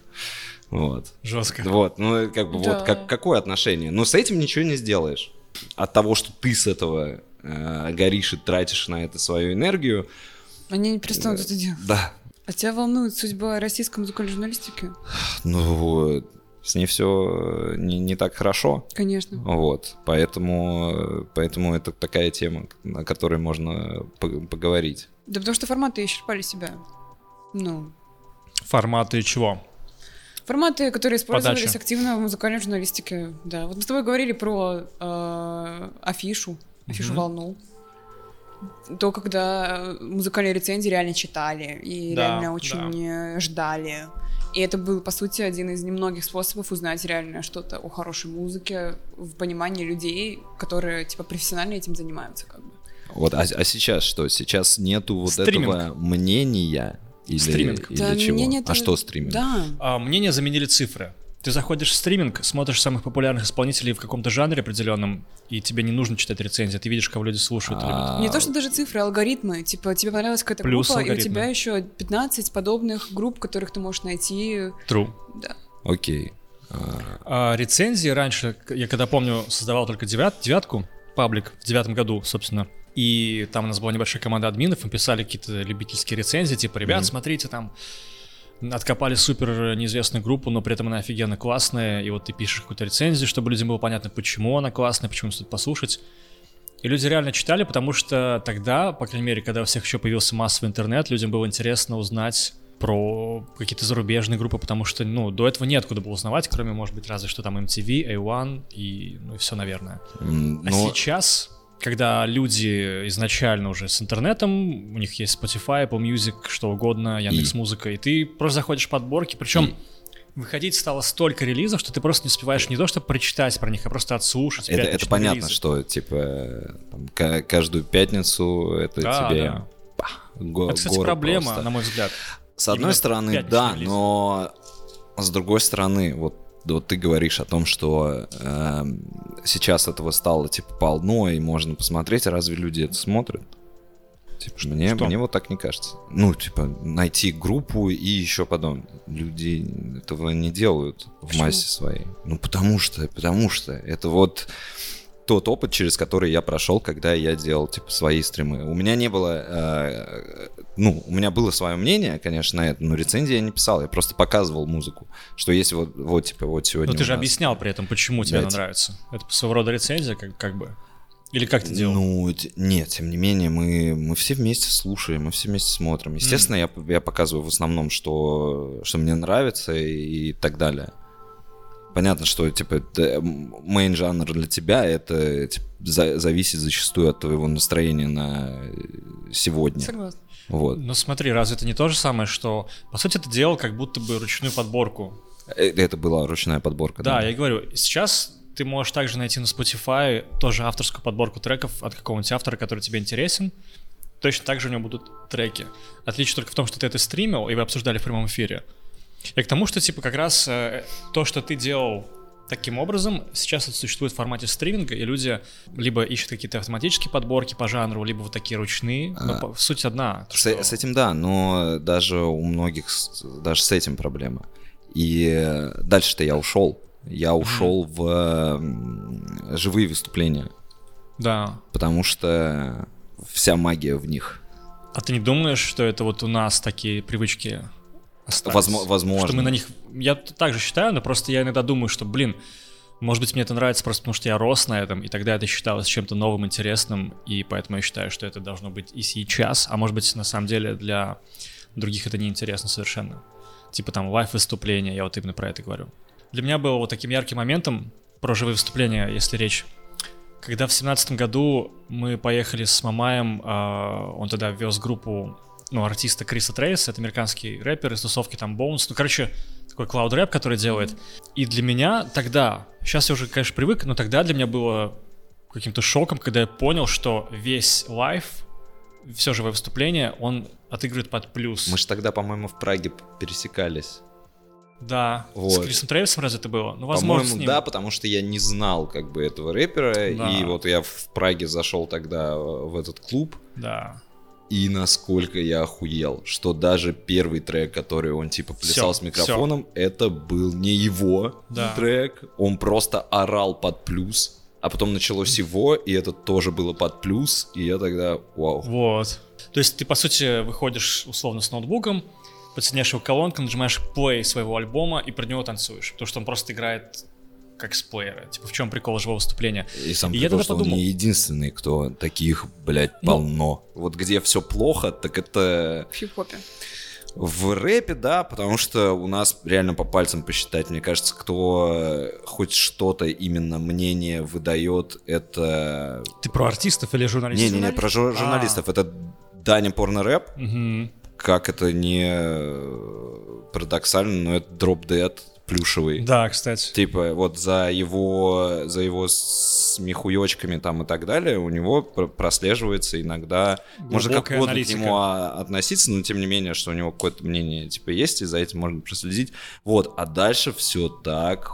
[SPEAKER 3] Вот.
[SPEAKER 5] Жестко.
[SPEAKER 3] Вот, ну, это как бы,
[SPEAKER 4] Да.
[SPEAKER 3] вот, как, какое отношение? Но с этим ничего не сделаешь. От того, что ты с этого э, горишь и тратишь на это свою энергию,
[SPEAKER 4] Они не перестанут это делать.
[SPEAKER 3] да,
[SPEAKER 4] А тебя волнует судьба российской музыкальной журналистики?
[SPEAKER 3] ну, с ней все не, не так хорошо.
[SPEAKER 4] Конечно.
[SPEAKER 3] Вот, поэтому, э, поэтому это такая тема, о которой можно по- поговорить.
[SPEAKER 4] Да потому что форматы исчерпали себя. Ну,
[SPEAKER 5] Форматы чего?
[SPEAKER 4] форматы, которые использовались
[SPEAKER 5] Подача.
[SPEAKER 4] активно в музыкальной журналистике. Да, вот мы с тобой говорили про э, афишу, афишу волну. То, когда музыкальные рецензии реально читали и
[SPEAKER 5] Да,
[SPEAKER 4] реально очень э, ждали. И это был, по сути, один из немногих способов узнать реально что-то о хорошей музыке в понимании людей, которые, типа, профессионально этим занимаются, как бы.
[SPEAKER 3] Вот, а, а сейчас что? Сейчас нету вот
[SPEAKER 5] Стриминг.
[SPEAKER 3] этого мнения или,
[SPEAKER 5] Стриминг.
[SPEAKER 3] или
[SPEAKER 4] Да,
[SPEAKER 3] чего?
[SPEAKER 4] мнение
[SPEAKER 3] А
[SPEAKER 4] это-
[SPEAKER 3] что стриминг?
[SPEAKER 4] Да.
[SPEAKER 5] А, мнение заменили цифры. Ты заходишь в стриминг, смотришь самых популярных исполнителей в каком-то жанре определенном, и тебе не нужно читать рецензии, ты видишь, кого люди слушают. любят.
[SPEAKER 3] А,
[SPEAKER 4] Не то, что даже цифры, а алгоритмы. Типа, тебе понравилась какая-то
[SPEAKER 5] Плюс
[SPEAKER 4] группа, и у
[SPEAKER 5] алгоритмы.
[SPEAKER 4] тебя еще 15 подобных групп, которых ты можешь найти.
[SPEAKER 5] True.
[SPEAKER 3] Окей.
[SPEAKER 5] А, рецензии раньше, к- я когда помню, создавал только девят- девятку, паблик в девятом году, собственно. И там у нас была небольшая команда админов, мы писали какие-то любительские рецензии, типа, ребят, смотрите, там откопали супер неизвестную группу, но при этом она офигенно классная, и вот ты пишешь какую-то рецензию, чтобы людям было понятно, почему она классная, почему им стоит послушать. И люди реально читали, потому что тогда, по крайней мере, когда у всех еще появился массовый интернет, людям было интересно узнать про какие-то зарубежные группы, потому что, ну, до этого неоткуда было узнавать, кроме, может быть, разве что там MTV, A1 и, ну, и все, наверное.
[SPEAKER 3] М,
[SPEAKER 5] А
[SPEAKER 3] ну,
[SPEAKER 5] сейчас, когда люди изначально уже с интернетом, у них есть Spotify, Apple Music, что угодно, Яндекс Музыка, и ты просто заходишь в подборки, причем выходить стало столько релизов, что ты просто не успеваешь не то что прочитать про них, а просто отслушать.
[SPEAKER 3] это,
[SPEAKER 5] пять,
[SPEAKER 3] это
[SPEAKER 5] четыре
[SPEAKER 3] понятно,
[SPEAKER 5] релиза.
[SPEAKER 3] что типа там, ка- каждую пятницу это
[SPEAKER 5] Да,
[SPEAKER 3] тебе
[SPEAKER 5] да.
[SPEAKER 3] па, го-
[SPEAKER 5] Это, кстати,
[SPEAKER 3] горы
[SPEAKER 5] проблема,
[SPEAKER 3] А, просто.
[SPEAKER 5] на мой взгляд.
[SPEAKER 3] С одной
[SPEAKER 5] Именно
[SPEAKER 3] стороны,
[SPEAKER 5] пятничный
[SPEAKER 3] да,
[SPEAKER 5] релиз.
[SPEAKER 3] но с другой стороны, вот, вот ты говоришь о том, что эм, сейчас этого стало типа полно и можно посмотреть, разве люди это смотрят? Типа, мне,
[SPEAKER 5] что?
[SPEAKER 3] мне вот так не кажется. Ну, типа, найти группу и еще потом. Люди этого не делают в
[SPEAKER 4] Почему?
[SPEAKER 3] массе своей. Ну, потому что, потому что. Это вот тот опыт, через который я прошел, когда я делал типа свои стримы. У меня не было, э, ну, у меня было свое мнение, конечно, на это, но рецензии я не писал, я просто показывал музыку, что есть вот, вот типа вот сегодня.
[SPEAKER 5] Но ты
[SPEAKER 3] у
[SPEAKER 5] же
[SPEAKER 3] нас-
[SPEAKER 5] объяснял при этом, почему тебе она
[SPEAKER 3] Блядь.
[SPEAKER 5] нравится. Это своего рода рецензия, как, как бы. Или как ты делал?
[SPEAKER 3] Ну, т- нет, тем не менее, мы, мы все вместе слушаем, мы все вместе смотрим. Естественно, я п- я, показываю в основном, что, что мне нравится и, и так далее. Понятно, что, типа, это, м, main жанр для тебя, это типа, за- зависит зачастую от твоего настроения на э, сегодня.
[SPEAKER 4] Согласна.
[SPEAKER 3] Вот.
[SPEAKER 5] Ну смотри, разве это не то же самое, что... По сути, ты делал как будто бы ручную подборку.
[SPEAKER 3] Э, Это была ручная подборка.
[SPEAKER 5] Да, я и говорю, сейчас ты можешь также найти на Spotify тоже авторскую подборку треков от какого-нибудь автора, который тебе интересен. Точно так же у него будут треки. Отличие только в том, что ты это стримил, и вы обсуждали в прямом эфире. И к тому, что типа как раз э, то, что ты делал таким образом, сейчас это существует в формате стриминга, и люди либо ищут какие-то автоматические подборки по жанру, либо вот такие ручные.
[SPEAKER 3] А.
[SPEAKER 5] Но по- суть одна. то,
[SPEAKER 3] С,
[SPEAKER 5] что-
[SPEAKER 3] с этим да, но даже у многих с- даже с этим проблема. И э, дальше-то я ушел. Я ушел в э, м, живые выступления,
[SPEAKER 5] Да.
[SPEAKER 3] потому что вся магия в них.
[SPEAKER 5] А ты не думаешь, что это вот у нас такие привычки остались?
[SPEAKER 3] Возмо- возможно.
[SPEAKER 5] Что мы на них... Я т- так же считаю, но просто я иногда думаю, что, блин, может быть, мне это нравится просто потому, что я рос на этом, и тогда это считалось чем-то новым, интересным, и поэтому я считаю, что это должно быть и сейчас, а может быть, на самом деле для других это неинтересно совершенно. Типа там лайв-выступления, я вот именно про это говорю. Для меня было вот таким ярким моментом про живые выступления, если речь когда в семнадцатом году мы поехали с Мамаем, а, он тогда вез группу ну, артиста Криса Трейса, это американский рэпер из тусовки там Bones, ну, короче, такой клауд-рэп, который делает. И для меня тогда, сейчас я уже, конечно, привык, но тогда для меня было каким-то шоком, когда я понял, что весь лайф, все живое выступление, он отыгрывает под плюс.
[SPEAKER 3] Мы же тогда, по-моему, в Праге п- пересекались.
[SPEAKER 5] Да, с
[SPEAKER 3] Вот.
[SPEAKER 5] Крисом Трейсом разве это было? Ну, возможно, с
[SPEAKER 3] по-моему,
[SPEAKER 5] ним.
[SPEAKER 3] да, потому что я не знал как бы этого рэпера,
[SPEAKER 5] Да.
[SPEAKER 3] и вот я в Праге зашел тогда э, в этот клуб,
[SPEAKER 5] Да.
[SPEAKER 3] И насколько я охуел, что даже первый трек, который он типа плясал
[SPEAKER 5] Всё,
[SPEAKER 3] с микрофоном, это был не его
[SPEAKER 5] Да.
[SPEAKER 3] трек. Он просто орал под плюс. А потом началось его, и это тоже было под плюс. И я тогда, вау.
[SPEAKER 5] Вот. То есть ты, по сути, выходишь условно с ноутбуком, подсоединяешь его к колонкам, нажимаешь play своего альбома и под него танцуешь. Потому что он просто играет как с плеера. Типа, в чем прикол живого выступления?
[SPEAKER 3] И сам
[SPEAKER 5] И я
[SPEAKER 3] прикол,
[SPEAKER 5] тогда
[SPEAKER 3] что
[SPEAKER 5] подумал.
[SPEAKER 3] он не единственный, кто таких, блядь,
[SPEAKER 5] Ну.
[SPEAKER 3] полно. Вот где все плохо, так это
[SPEAKER 4] В хип-хопе.
[SPEAKER 3] В рэпе, да, потому что у нас реально по пальцам посчитать, мне кажется, кто э, хоть что-то именно мнение выдает, это...
[SPEAKER 5] Ты про артистов или журналистов?
[SPEAKER 3] Не-не-не, про жур-
[SPEAKER 5] А.
[SPEAKER 3] журналистов. Это Даня Порно-рэп,
[SPEAKER 5] Мгм.
[SPEAKER 3] как это не э, парадоксально, но это дроп дед плюшевый.
[SPEAKER 5] Да, кстати.
[SPEAKER 3] Типа вот за его, за его смехуёчками там и так далее у него пр- прослеживается иногда... Можно как
[SPEAKER 5] Глубокая
[SPEAKER 3] угодно
[SPEAKER 5] аналитика.
[SPEAKER 3] к нему а, относиться, но тем не менее, что у него какое-то мнение типа есть, и за этим можно проследить. Вот, а дальше все так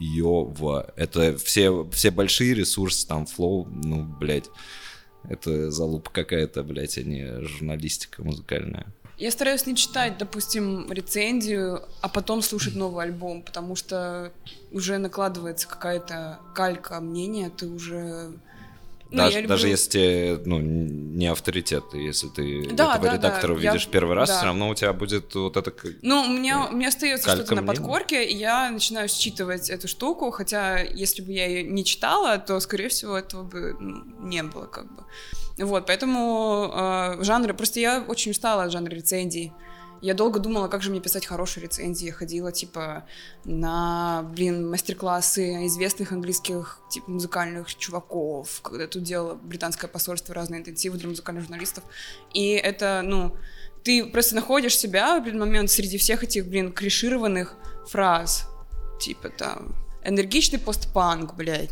[SPEAKER 3] хуёво. Это все, все большие ресурсы, там, флоу, ну, блядь. Это залупа какая-то, блядь, а не журналистика музыкальная.
[SPEAKER 4] Я стараюсь не читать, допустим, рецензию, а потом слушать новый альбом, потому что уже накладывается какая-то калька мнения, ты уже... Ну,
[SPEAKER 3] даже,
[SPEAKER 4] я люблю-
[SPEAKER 3] даже если тебе, ну, не авторитет, если ты
[SPEAKER 4] Да,
[SPEAKER 3] этого
[SPEAKER 4] да, да,
[SPEAKER 3] редактора
[SPEAKER 4] я-
[SPEAKER 3] видишь первый раз,
[SPEAKER 4] да.
[SPEAKER 3] все равно у тебя будет вот это... как-
[SPEAKER 4] Ну, у меня, у меня остается
[SPEAKER 3] Калька
[SPEAKER 4] что-то на
[SPEAKER 3] мнений.
[SPEAKER 4] подкорке, и я начинаю считывать эту штуку, хотя если бы я ее не читала, то, скорее всего, этого бы ну, не было как бы. Вот, поэтому э, жанры... Просто я очень устала от жанра рецензий. Я долго думала, как же мне писать хорошие рецензии. Я ходила, типа, на, блин, мастер-классы известных английских, типа, музыкальных чуваков, когда тут делала британское посольство разные интенсивы для музыкальных журналистов. И это, ну, ты просто находишь себя в блин, момент среди всех этих, блин, кришированных фраз. Типа там энергичный постпанк, блядь.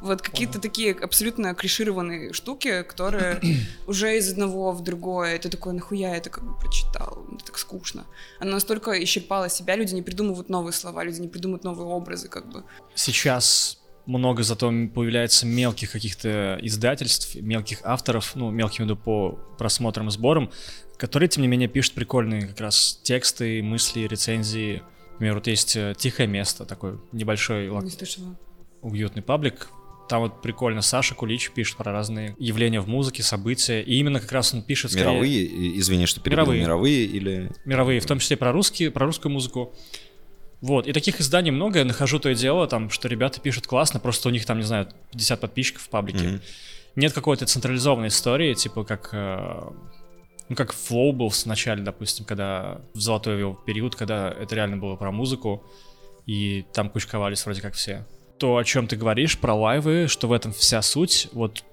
[SPEAKER 4] Вот какие-то такие абсолютно кришированные штуки, которые уже из одного в другое. Ты такой, нахуя я это как бы прочитал? Мне так скучно. Она настолько исчерпала себя, люди не придумывают новые слова, люди не придумывают новые образы, как бы.
[SPEAKER 5] Сейчас много зато появляется мелких каких-то издательств, мелких авторов, ну, мелких я имею в виду по просмотрам и сборам, которые, тем не менее, пишут прикольные как раз тексты, мысли, рецензии. Например, вот есть э, «Тихое место», такой небольшой лок-
[SPEAKER 4] Не слышала.
[SPEAKER 5] уютный паблик. Там вот прикольно Саша Кулич пишет про разные явления в музыке, события. И именно как раз он пишет скорее-
[SPEAKER 3] Мировые, и- извини, что перебил,
[SPEAKER 5] Мировые.
[SPEAKER 3] мировые, или...
[SPEAKER 5] мировые, в том числе про русские, про русскую музыку. Вот, и таких изданий много, я нахожу то и дело, там, что ребята пишут классно, просто у них там, не знаю, 50 подписчиков в паблике.
[SPEAKER 3] Мгм.
[SPEAKER 5] Нет какой-то централизованной истории, типа как, э, ну, как флоу был в начале, допустим, когда в золотой его период, когда это реально было про музыку, и там кучковались вроде как все. То, о чем ты говоришь, про лайвы, что в этом вся суть, вот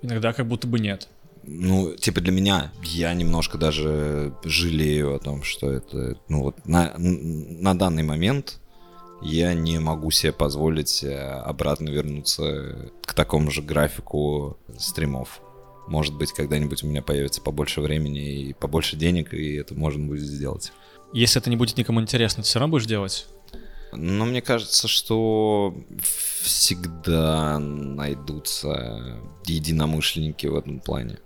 [SPEAKER 5] иногда как будто бы нет.
[SPEAKER 3] Ну, типа для меня, я немножко даже жалею о том, что это, ну вот на, на данный момент я не могу себе позволить э, обратно вернуться к такому же графику стримов. Может быть, когда-нибудь у меня появится побольше времени и побольше денег, и это можно будет сделать.
[SPEAKER 5] Если это не будет никому интересно, ты все равно будешь делать?
[SPEAKER 3] Но мне кажется, что всегда найдутся единомышленники в этом плане.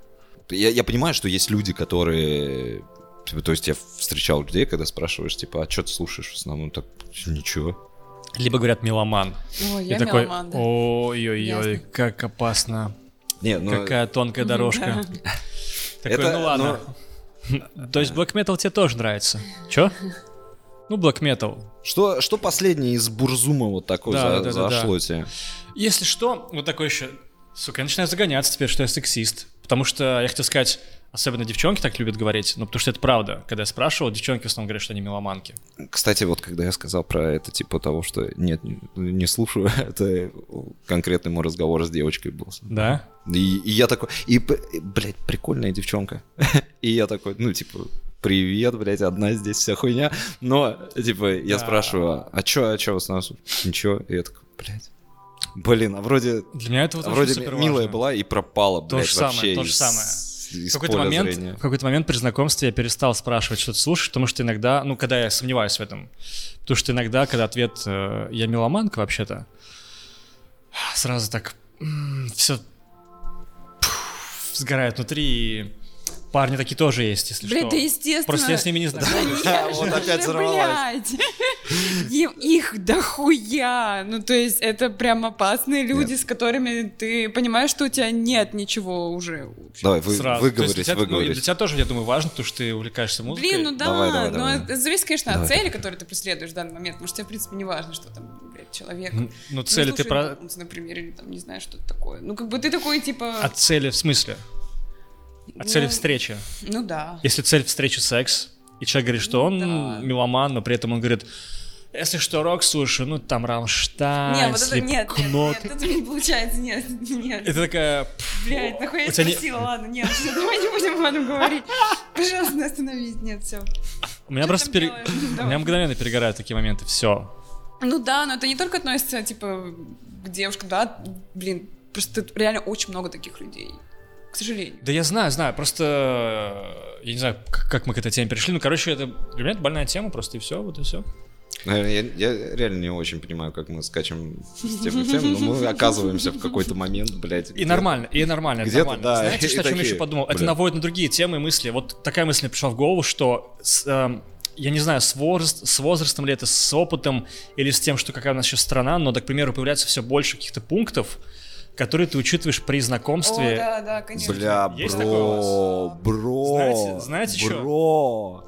[SPEAKER 3] Я, я понимаю, что есть люди, которые... типа, То есть я встречал людей, когда спрашиваешь, типа, а что ты слушаешь в основном? Так, ничего.
[SPEAKER 5] Либо говорят меломан.
[SPEAKER 4] Ой,
[SPEAKER 5] Я
[SPEAKER 4] я
[SPEAKER 5] такой,
[SPEAKER 4] меломан, да.
[SPEAKER 5] ой-ой-ой,
[SPEAKER 4] Ясно.
[SPEAKER 5] как опасно,
[SPEAKER 3] Не, ну,
[SPEAKER 5] какая тонкая дорожка. Такой,
[SPEAKER 3] Это,
[SPEAKER 5] ну ладно. То есть Black Metal тебе тоже нравится? Чё? Ну, Black Metal.
[SPEAKER 3] что, что последнее из Бурзума вот такое
[SPEAKER 5] Да,
[SPEAKER 3] за-
[SPEAKER 5] да, да, да.
[SPEAKER 3] зашло тебе?
[SPEAKER 5] Если что, вот такой еще... Сука, я начинаю загоняться теперь, что я сексист. Потому что, я хотел сказать, особенно девчонки так любят говорить, но потому что это правда. Когда я спрашивал, девчонки в основном говорят, что они меломанки.
[SPEAKER 3] Кстати, вот когда я сказал про это, типа того, что нет, не- не слушаю, это конкретный мой разговор с девочкой был.
[SPEAKER 5] Да?
[SPEAKER 3] И, и я такой, и, п- и, блядь, прикольная девчонка. И я такой, ну, типа, привет, блядь, одна здесь вся хуйня. Но, типа, я
[SPEAKER 5] Да.
[SPEAKER 3] спрашиваю, а чё, а чё в основном? слушаешь?» Ничего. И я такой, блядь. Блин, а вроде,
[SPEAKER 5] Для меня это
[SPEAKER 3] а
[SPEAKER 5] вот
[SPEAKER 3] вроде милая была и пропала,
[SPEAKER 5] То
[SPEAKER 3] блядь,
[SPEAKER 5] же самое,
[SPEAKER 3] вообще
[SPEAKER 5] то же
[SPEAKER 3] из-
[SPEAKER 5] самое.
[SPEAKER 3] из
[SPEAKER 5] в какой-то
[SPEAKER 3] поля
[SPEAKER 5] момент,
[SPEAKER 3] зрения.
[SPEAKER 5] в какой-то момент при знакомстве я перестал спрашивать, что ты слушаешь, потому что иногда, ну, когда я сомневаюсь в этом, потому что иногда, когда ответ э, «я меломанка вообще-то», сразу так все сгорает внутри, и парни такие тоже есть, если
[SPEAKER 4] Блядь,
[SPEAKER 5] что.
[SPEAKER 4] да естественно.
[SPEAKER 5] Просто я с ними не знаком.
[SPEAKER 3] Да, вот опять взорвалась.
[SPEAKER 4] Блять, их дохуя. Ну, то есть, это прям опасные люди,
[SPEAKER 3] Нет.
[SPEAKER 4] с которыми ты понимаешь, что у тебя нет ничего уже.
[SPEAKER 3] Давай, вы,
[SPEAKER 5] Сразу. То
[SPEAKER 3] выговорись,
[SPEAKER 5] есть для тебя- ну, и
[SPEAKER 3] выговорись.
[SPEAKER 5] для тебя тоже, я думаю, важно, потому что ты увлекаешься музыкой.
[SPEAKER 4] Блин, ну да,
[SPEAKER 3] Давай, давай,
[SPEAKER 4] но
[SPEAKER 3] давай.
[SPEAKER 4] это зависит, конечно,
[SPEAKER 3] Давай,
[SPEAKER 4] от цели, которую ты преследуешь в данный момент. Потому что тебе, в принципе, не важно, что там, блядь, человек.
[SPEAKER 5] М, Ну,
[SPEAKER 4] не
[SPEAKER 5] цели ты
[SPEAKER 4] слушает
[SPEAKER 5] про...
[SPEAKER 4] Beatles, Например, или там, не знаю, что это такое. Ну, как бы ты такой, типа...
[SPEAKER 5] А цели в смысле? А цели
[SPEAKER 4] ну,
[SPEAKER 5] встречи?
[SPEAKER 4] Ну да.
[SPEAKER 5] Если цель встречи секс, и человек говорит, что он
[SPEAKER 4] Да.
[SPEAKER 5] меломан, но при этом он говорит, если что, рок слушаю, ну там Рамштайн,
[SPEAKER 4] Не, вот это нет, нет,
[SPEAKER 5] Слепкнот».
[SPEAKER 4] нет, это не получается, нет, нет.
[SPEAKER 5] Это такая... «Пф,
[SPEAKER 4] Блять, нахуя
[SPEAKER 5] У
[SPEAKER 4] я
[SPEAKER 5] тебя не-
[SPEAKER 4] спросила, ладно, нет, всё, давай не будем об этом говорить. Пожалуйста, остановись, нет, все.
[SPEAKER 5] У меня
[SPEAKER 4] Что
[SPEAKER 5] просто
[SPEAKER 4] там
[SPEAKER 5] пере-
[SPEAKER 4] делаешь?
[SPEAKER 5] У
[SPEAKER 4] Давай.
[SPEAKER 5] меня мгновенно перегорают такие моменты, все.
[SPEAKER 4] Ну да, но это не только относится, типа, к девушкам, да, блин, просто тут реально очень много таких людей, к сожалению.
[SPEAKER 5] Да я знаю, знаю, просто... э, Я не знаю, к- как мы к этой теме перешли, ну, короче, это для меня это больная тема просто, и все, вот и все.
[SPEAKER 3] Наверное, Ну, Я, я реально не очень понимаю, как мы скачем с темы в тему, но мы оказываемся в какой-то момент, блядь.
[SPEAKER 5] И
[SPEAKER 3] где-
[SPEAKER 5] нормально, и нормально, это
[SPEAKER 3] Где-то,
[SPEAKER 5] нормально.
[SPEAKER 3] да,
[SPEAKER 5] Знаете,
[SPEAKER 3] и
[SPEAKER 5] что, о чем я
[SPEAKER 3] такие,
[SPEAKER 5] еще подумал? Это
[SPEAKER 3] блин.
[SPEAKER 5] наводит на другие темы и мысли. Вот такая мысль мне пришла в голову, что с, эм, я не знаю, с, возраст- с возрастом ли это, с опытом или с тем, что какая у нас сейчас страна, но, так, к примеру, появляется все больше каких-то пунктов, которые ты учитываешь при знакомстве.
[SPEAKER 4] О, да, да, конечно.
[SPEAKER 3] Бля,
[SPEAKER 5] Есть такое у
[SPEAKER 3] бро, бро,
[SPEAKER 5] Знаете- знаете чё?
[SPEAKER 3] бро.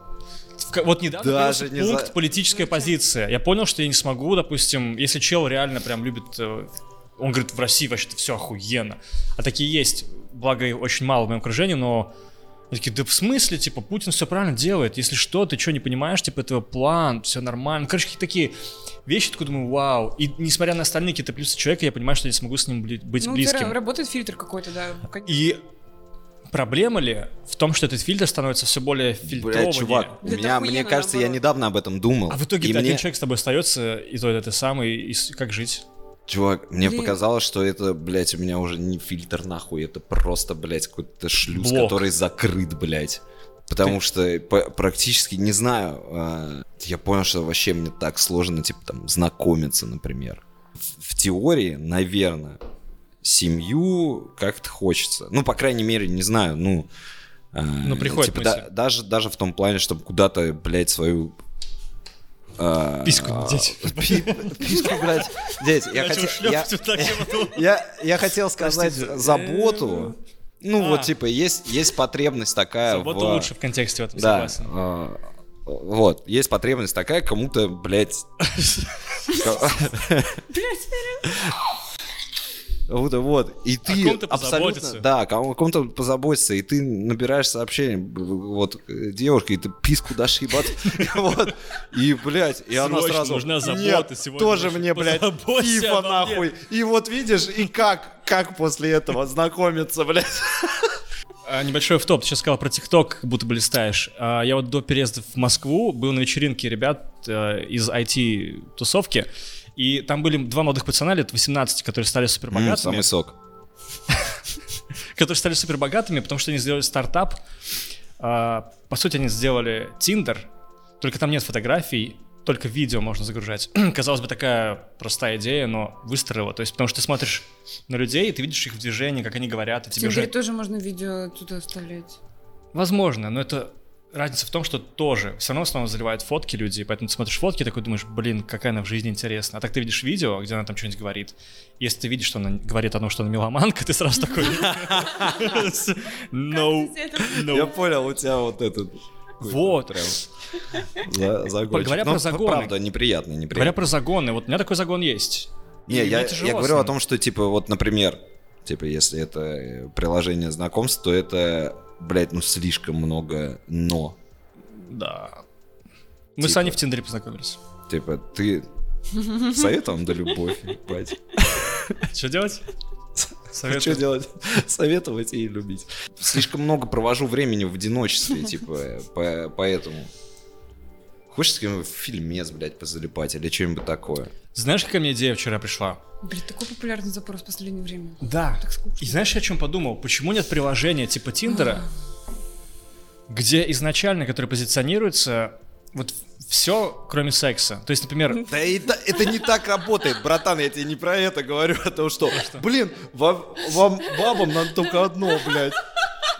[SPEAKER 5] В ка- Вот недавно
[SPEAKER 3] Даже
[SPEAKER 5] появился
[SPEAKER 3] не
[SPEAKER 5] пункт
[SPEAKER 3] за-
[SPEAKER 5] политическая позиция. Я понял, что я не смогу, допустим, если чел реально прям любит, э, он говорит, в России вообще-то все охуенно. А такие есть, благо их очень мало в моем окружении, но они такие, да в смысле, типа, Путин все правильно делает, если что, ты что не понимаешь, типа, этого план, все нормально. Короче, какие-то такие вещи, такой думаю, вау. И несмотря на остальные какие-то плюсы человека, я понимаю, что я не смогу с ним бли- быть
[SPEAKER 4] Ну,
[SPEAKER 5] близким.
[SPEAKER 4] ра- работает фильтр какой-то, да. конечно.
[SPEAKER 5] И проблема ли в том, что этот фильтр становится все более фильтрованнее?
[SPEAKER 3] Бля, чувак, у
[SPEAKER 4] Да это
[SPEAKER 3] меня,
[SPEAKER 4] охуенно,
[SPEAKER 3] мне кажется, я
[SPEAKER 4] наоборот.
[SPEAKER 3] недавно об этом думал.
[SPEAKER 5] А в итоге
[SPEAKER 3] И
[SPEAKER 5] ты один
[SPEAKER 3] мне,
[SPEAKER 5] человек с тобой остается, и то это ты сам, и, и с- как жить?
[SPEAKER 3] чувак, мне
[SPEAKER 4] Блин.
[SPEAKER 3] показалось, что это, блядь, у меня уже не фильтр нахуй, это просто, блядь, какой-то шлюз,
[SPEAKER 5] Блок.
[SPEAKER 3] который закрыт, блядь. Потому что п- практически не знаю. э, Я понял, что вообще мне так сложно, типа, там, знакомиться, например. В, в теории, наверное, семью как-то хочется. Ну, по крайней мере, не знаю, ну... э,
[SPEAKER 5] Ну, приходит
[SPEAKER 3] типа, да-
[SPEAKER 5] мысль.
[SPEAKER 3] даже, даже в том плане, чтобы куда-то, блядь, свою а,
[SPEAKER 5] Письку деть.
[SPEAKER 3] Письку брать. Дети, я
[SPEAKER 5] Начал
[SPEAKER 3] хотел... я-
[SPEAKER 5] шлёпать вот так вот.
[SPEAKER 3] Я, я хотел сказать
[SPEAKER 5] Простите.
[SPEAKER 3] заботу. Ну,
[SPEAKER 5] А.
[SPEAKER 3] вот, типа, есть, есть потребность такая.
[SPEAKER 5] Забота
[SPEAKER 3] Э, в,
[SPEAKER 5] лучше в контексте в этом,
[SPEAKER 3] Да.
[SPEAKER 5] согласен.
[SPEAKER 3] а, Вот, есть потребность такая, кому-то, блядь... ко- Вот, вот. И ты
[SPEAKER 5] ком-то
[SPEAKER 3] абсолютно...
[SPEAKER 5] позаботиться.
[SPEAKER 3] Да, кому- о ком-то позаботиться, и ты набираешь сообщение, б- вот, э, девушка, и ты писку дашь, ебать. Вот. И, блядь, и она
[SPEAKER 5] Срочно
[SPEAKER 3] сразу...
[SPEAKER 5] нужна забота
[SPEAKER 3] «Нет,
[SPEAKER 5] сегодня
[SPEAKER 3] тоже
[SPEAKER 5] ночью.
[SPEAKER 3] мне, блядь,
[SPEAKER 5] Позаботься
[SPEAKER 3] кифа
[SPEAKER 5] обо мне».
[SPEAKER 3] нахуй. И вот видишь, и как, как после этого знакомиться, блядь.
[SPEAKER 5] А, Небольшой в топ. Ты сейчас сказал про ТикТок, как будто бы листаешь. А, Я вот до переезда в Москву был на вечеринке ребят э, из IT-тусовки, и там были два молодых пацана лет 18, которые стали
[SPEAKER 3] М,
[SPEAKER 5] супербогатыми.
[SPEAKER 3] Самый сок.
[SPEAKER 5] Которые стали супербогатыми, потому что они сделали стартап. А, По сути, они сделали Tinder, только там нет фотографий, только видео можно загружать. Казалось бы, такая простая идея, но выстроила. То есть, потому что ты смотришь на людей, и ты видишь их в движении, как они говорят, и тебе уже...
[SPEAKER 4] Теперь тоже можно видео туда вставлять.
[SPEAKER 5] Возможно, но это разница в том, что тоже все равно в основном заливают фотки люди, и поэтому ты смотришь фотки и такой думаешь, блин, какая она в жизни интересна. А так ты видишь видео, где она там что-нибудь говорит. Если ты видишь, что она говорит о том, что она меломанка, ты сразу такой... No.
[SPEAKER 3] Я
[SPEAKER 5] no.
[SPEAKER 3] понял, у тебя вот этот...
[SPEAKER 5] Ну. Вот.
[SPEAKER 3] За- загончик.
[SPEAKER 5] Говоря
[SPEAKER 3] Ну,
[SPEAKER 5] про загоны.
[SPEAKER 3] Правда, неприятно,
[SPEAKER 5] Говоря
[SPEAKER 3] неприятно.
[SPEAKER 5] про загоны, вот у меня такой загон есть. И
[SPEAKER 3] Не,
[SPEAKER 5] мне
[SPEAKER 3] я, я
[SPEAKER 5] это тяжело с
[SPEAKER 3] говорю о
[SPEAKER 5] ним.
[SPEAKER 3] том, что, типа, вот, например, типа, если это э, приложение знакомств, то это, блядь, ну, слишком много «но».
[SPEAKER 5] Да. Мы с Аней в Тиндере познакомились.
[SPEAKER 3] Типа, ты советом да любовь, ебать. А
[SPEAKER 5] Что делать?
[SPEAKER 3] Что
[SPEAKER 5] Советую.
[SPEAKER 3] делать? Советовать и любить. Слишком много провожу времени в одиночестве, типа, э, по- поэтому... Хочешь с кем-нибудь в фильмец, блядь, позалипать или что-нибудь такое?
[SPEAKER 5] Знаешь, какая мне идея вчера пришла?
[SPEAKER 4] Блин, такой популярный запрос в последнее время.
[SPEAKER 5] Да.
[SPEAKER 4] Так скучно.
[SPEAKER 5] И знаешь, я о чем подумал? Почему нет приложения типа Тиндера, где изначально, которое позиционируется, вот все, кроме секса. То есть, например,
[SPEAKER 3] Да и та- это не так работает, братан, я тебе не про это говорю, а то что, блин, вам, вам, бабам надо только одно, блядь,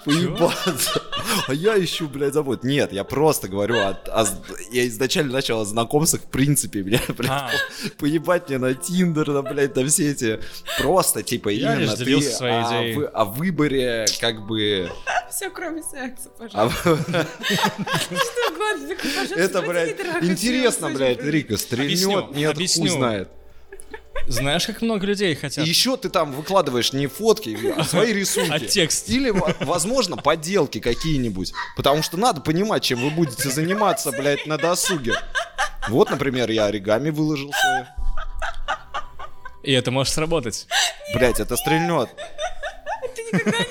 [SPEAKER 3] поебаться. А я ищу, блядь, забот. Нет, я просто говорю, о- о з- я изначально начал о знакомствах, в принципе, меня, блядь,
[SPEAKER 5] А.
[SPEAKER 3] поебать мне на Тиндер, на, блядь, на все эти, просто, типа,
[SPEAKER 5] Я
[SPEAKER 3] именно
[SPEAKER 5] лишь
[SPEAKER 3] ты
[SPEAKER 5] делился своей
[SPEAKER 3] о
[SPEAKER 5] идеей.
[SPEAKER 3] вы- о выборе, как бы,
[SPEAKER 4] Все, кроме секса,
[SPEAKER 3] о
[SPEAKER 4] пожалуйста.
[SPEAKER 3] в-
[SPEAKER 4] Что угодно, только, пожалуйста,
[SPEAKER 3] это,
[SPEAKER 4] хоть
[SPEAKER 3] блядь,
[SPEAKER 4] не трахаться,
[SPEAKER 3] интересно,
[SPEAKER 4] я
[SPEAKER 3] блядь,
[SPEAKER 4] слышу.
[SPEAKER 3] Рика стрельнет,
[SPEAKER 5] Объясню,
[SPEAKER 3] нет, хуй
[SPEAKER 5] объясню.
[SPEAKER 3] знает.
[SPEAKER 5] знаешь, как много людей
[SPEAKER 3] И
[SPEAKER 5] хотят.
[SPEAKER 3] еще ты там выкладываешь не фотки, а свои рисунки.
[SPEAKER 5] А текст?
[SPEAKER 3] Или, во- возможно, поделки какие-нибудь. Потому что надо понимать, чем вы будете заниматься, блядь, на досуге. Вот, например, я оригами выложил свое.
[SPEAKER 5] И это может сработать.
[SPEAKER 3] Блядь, это стрельнет.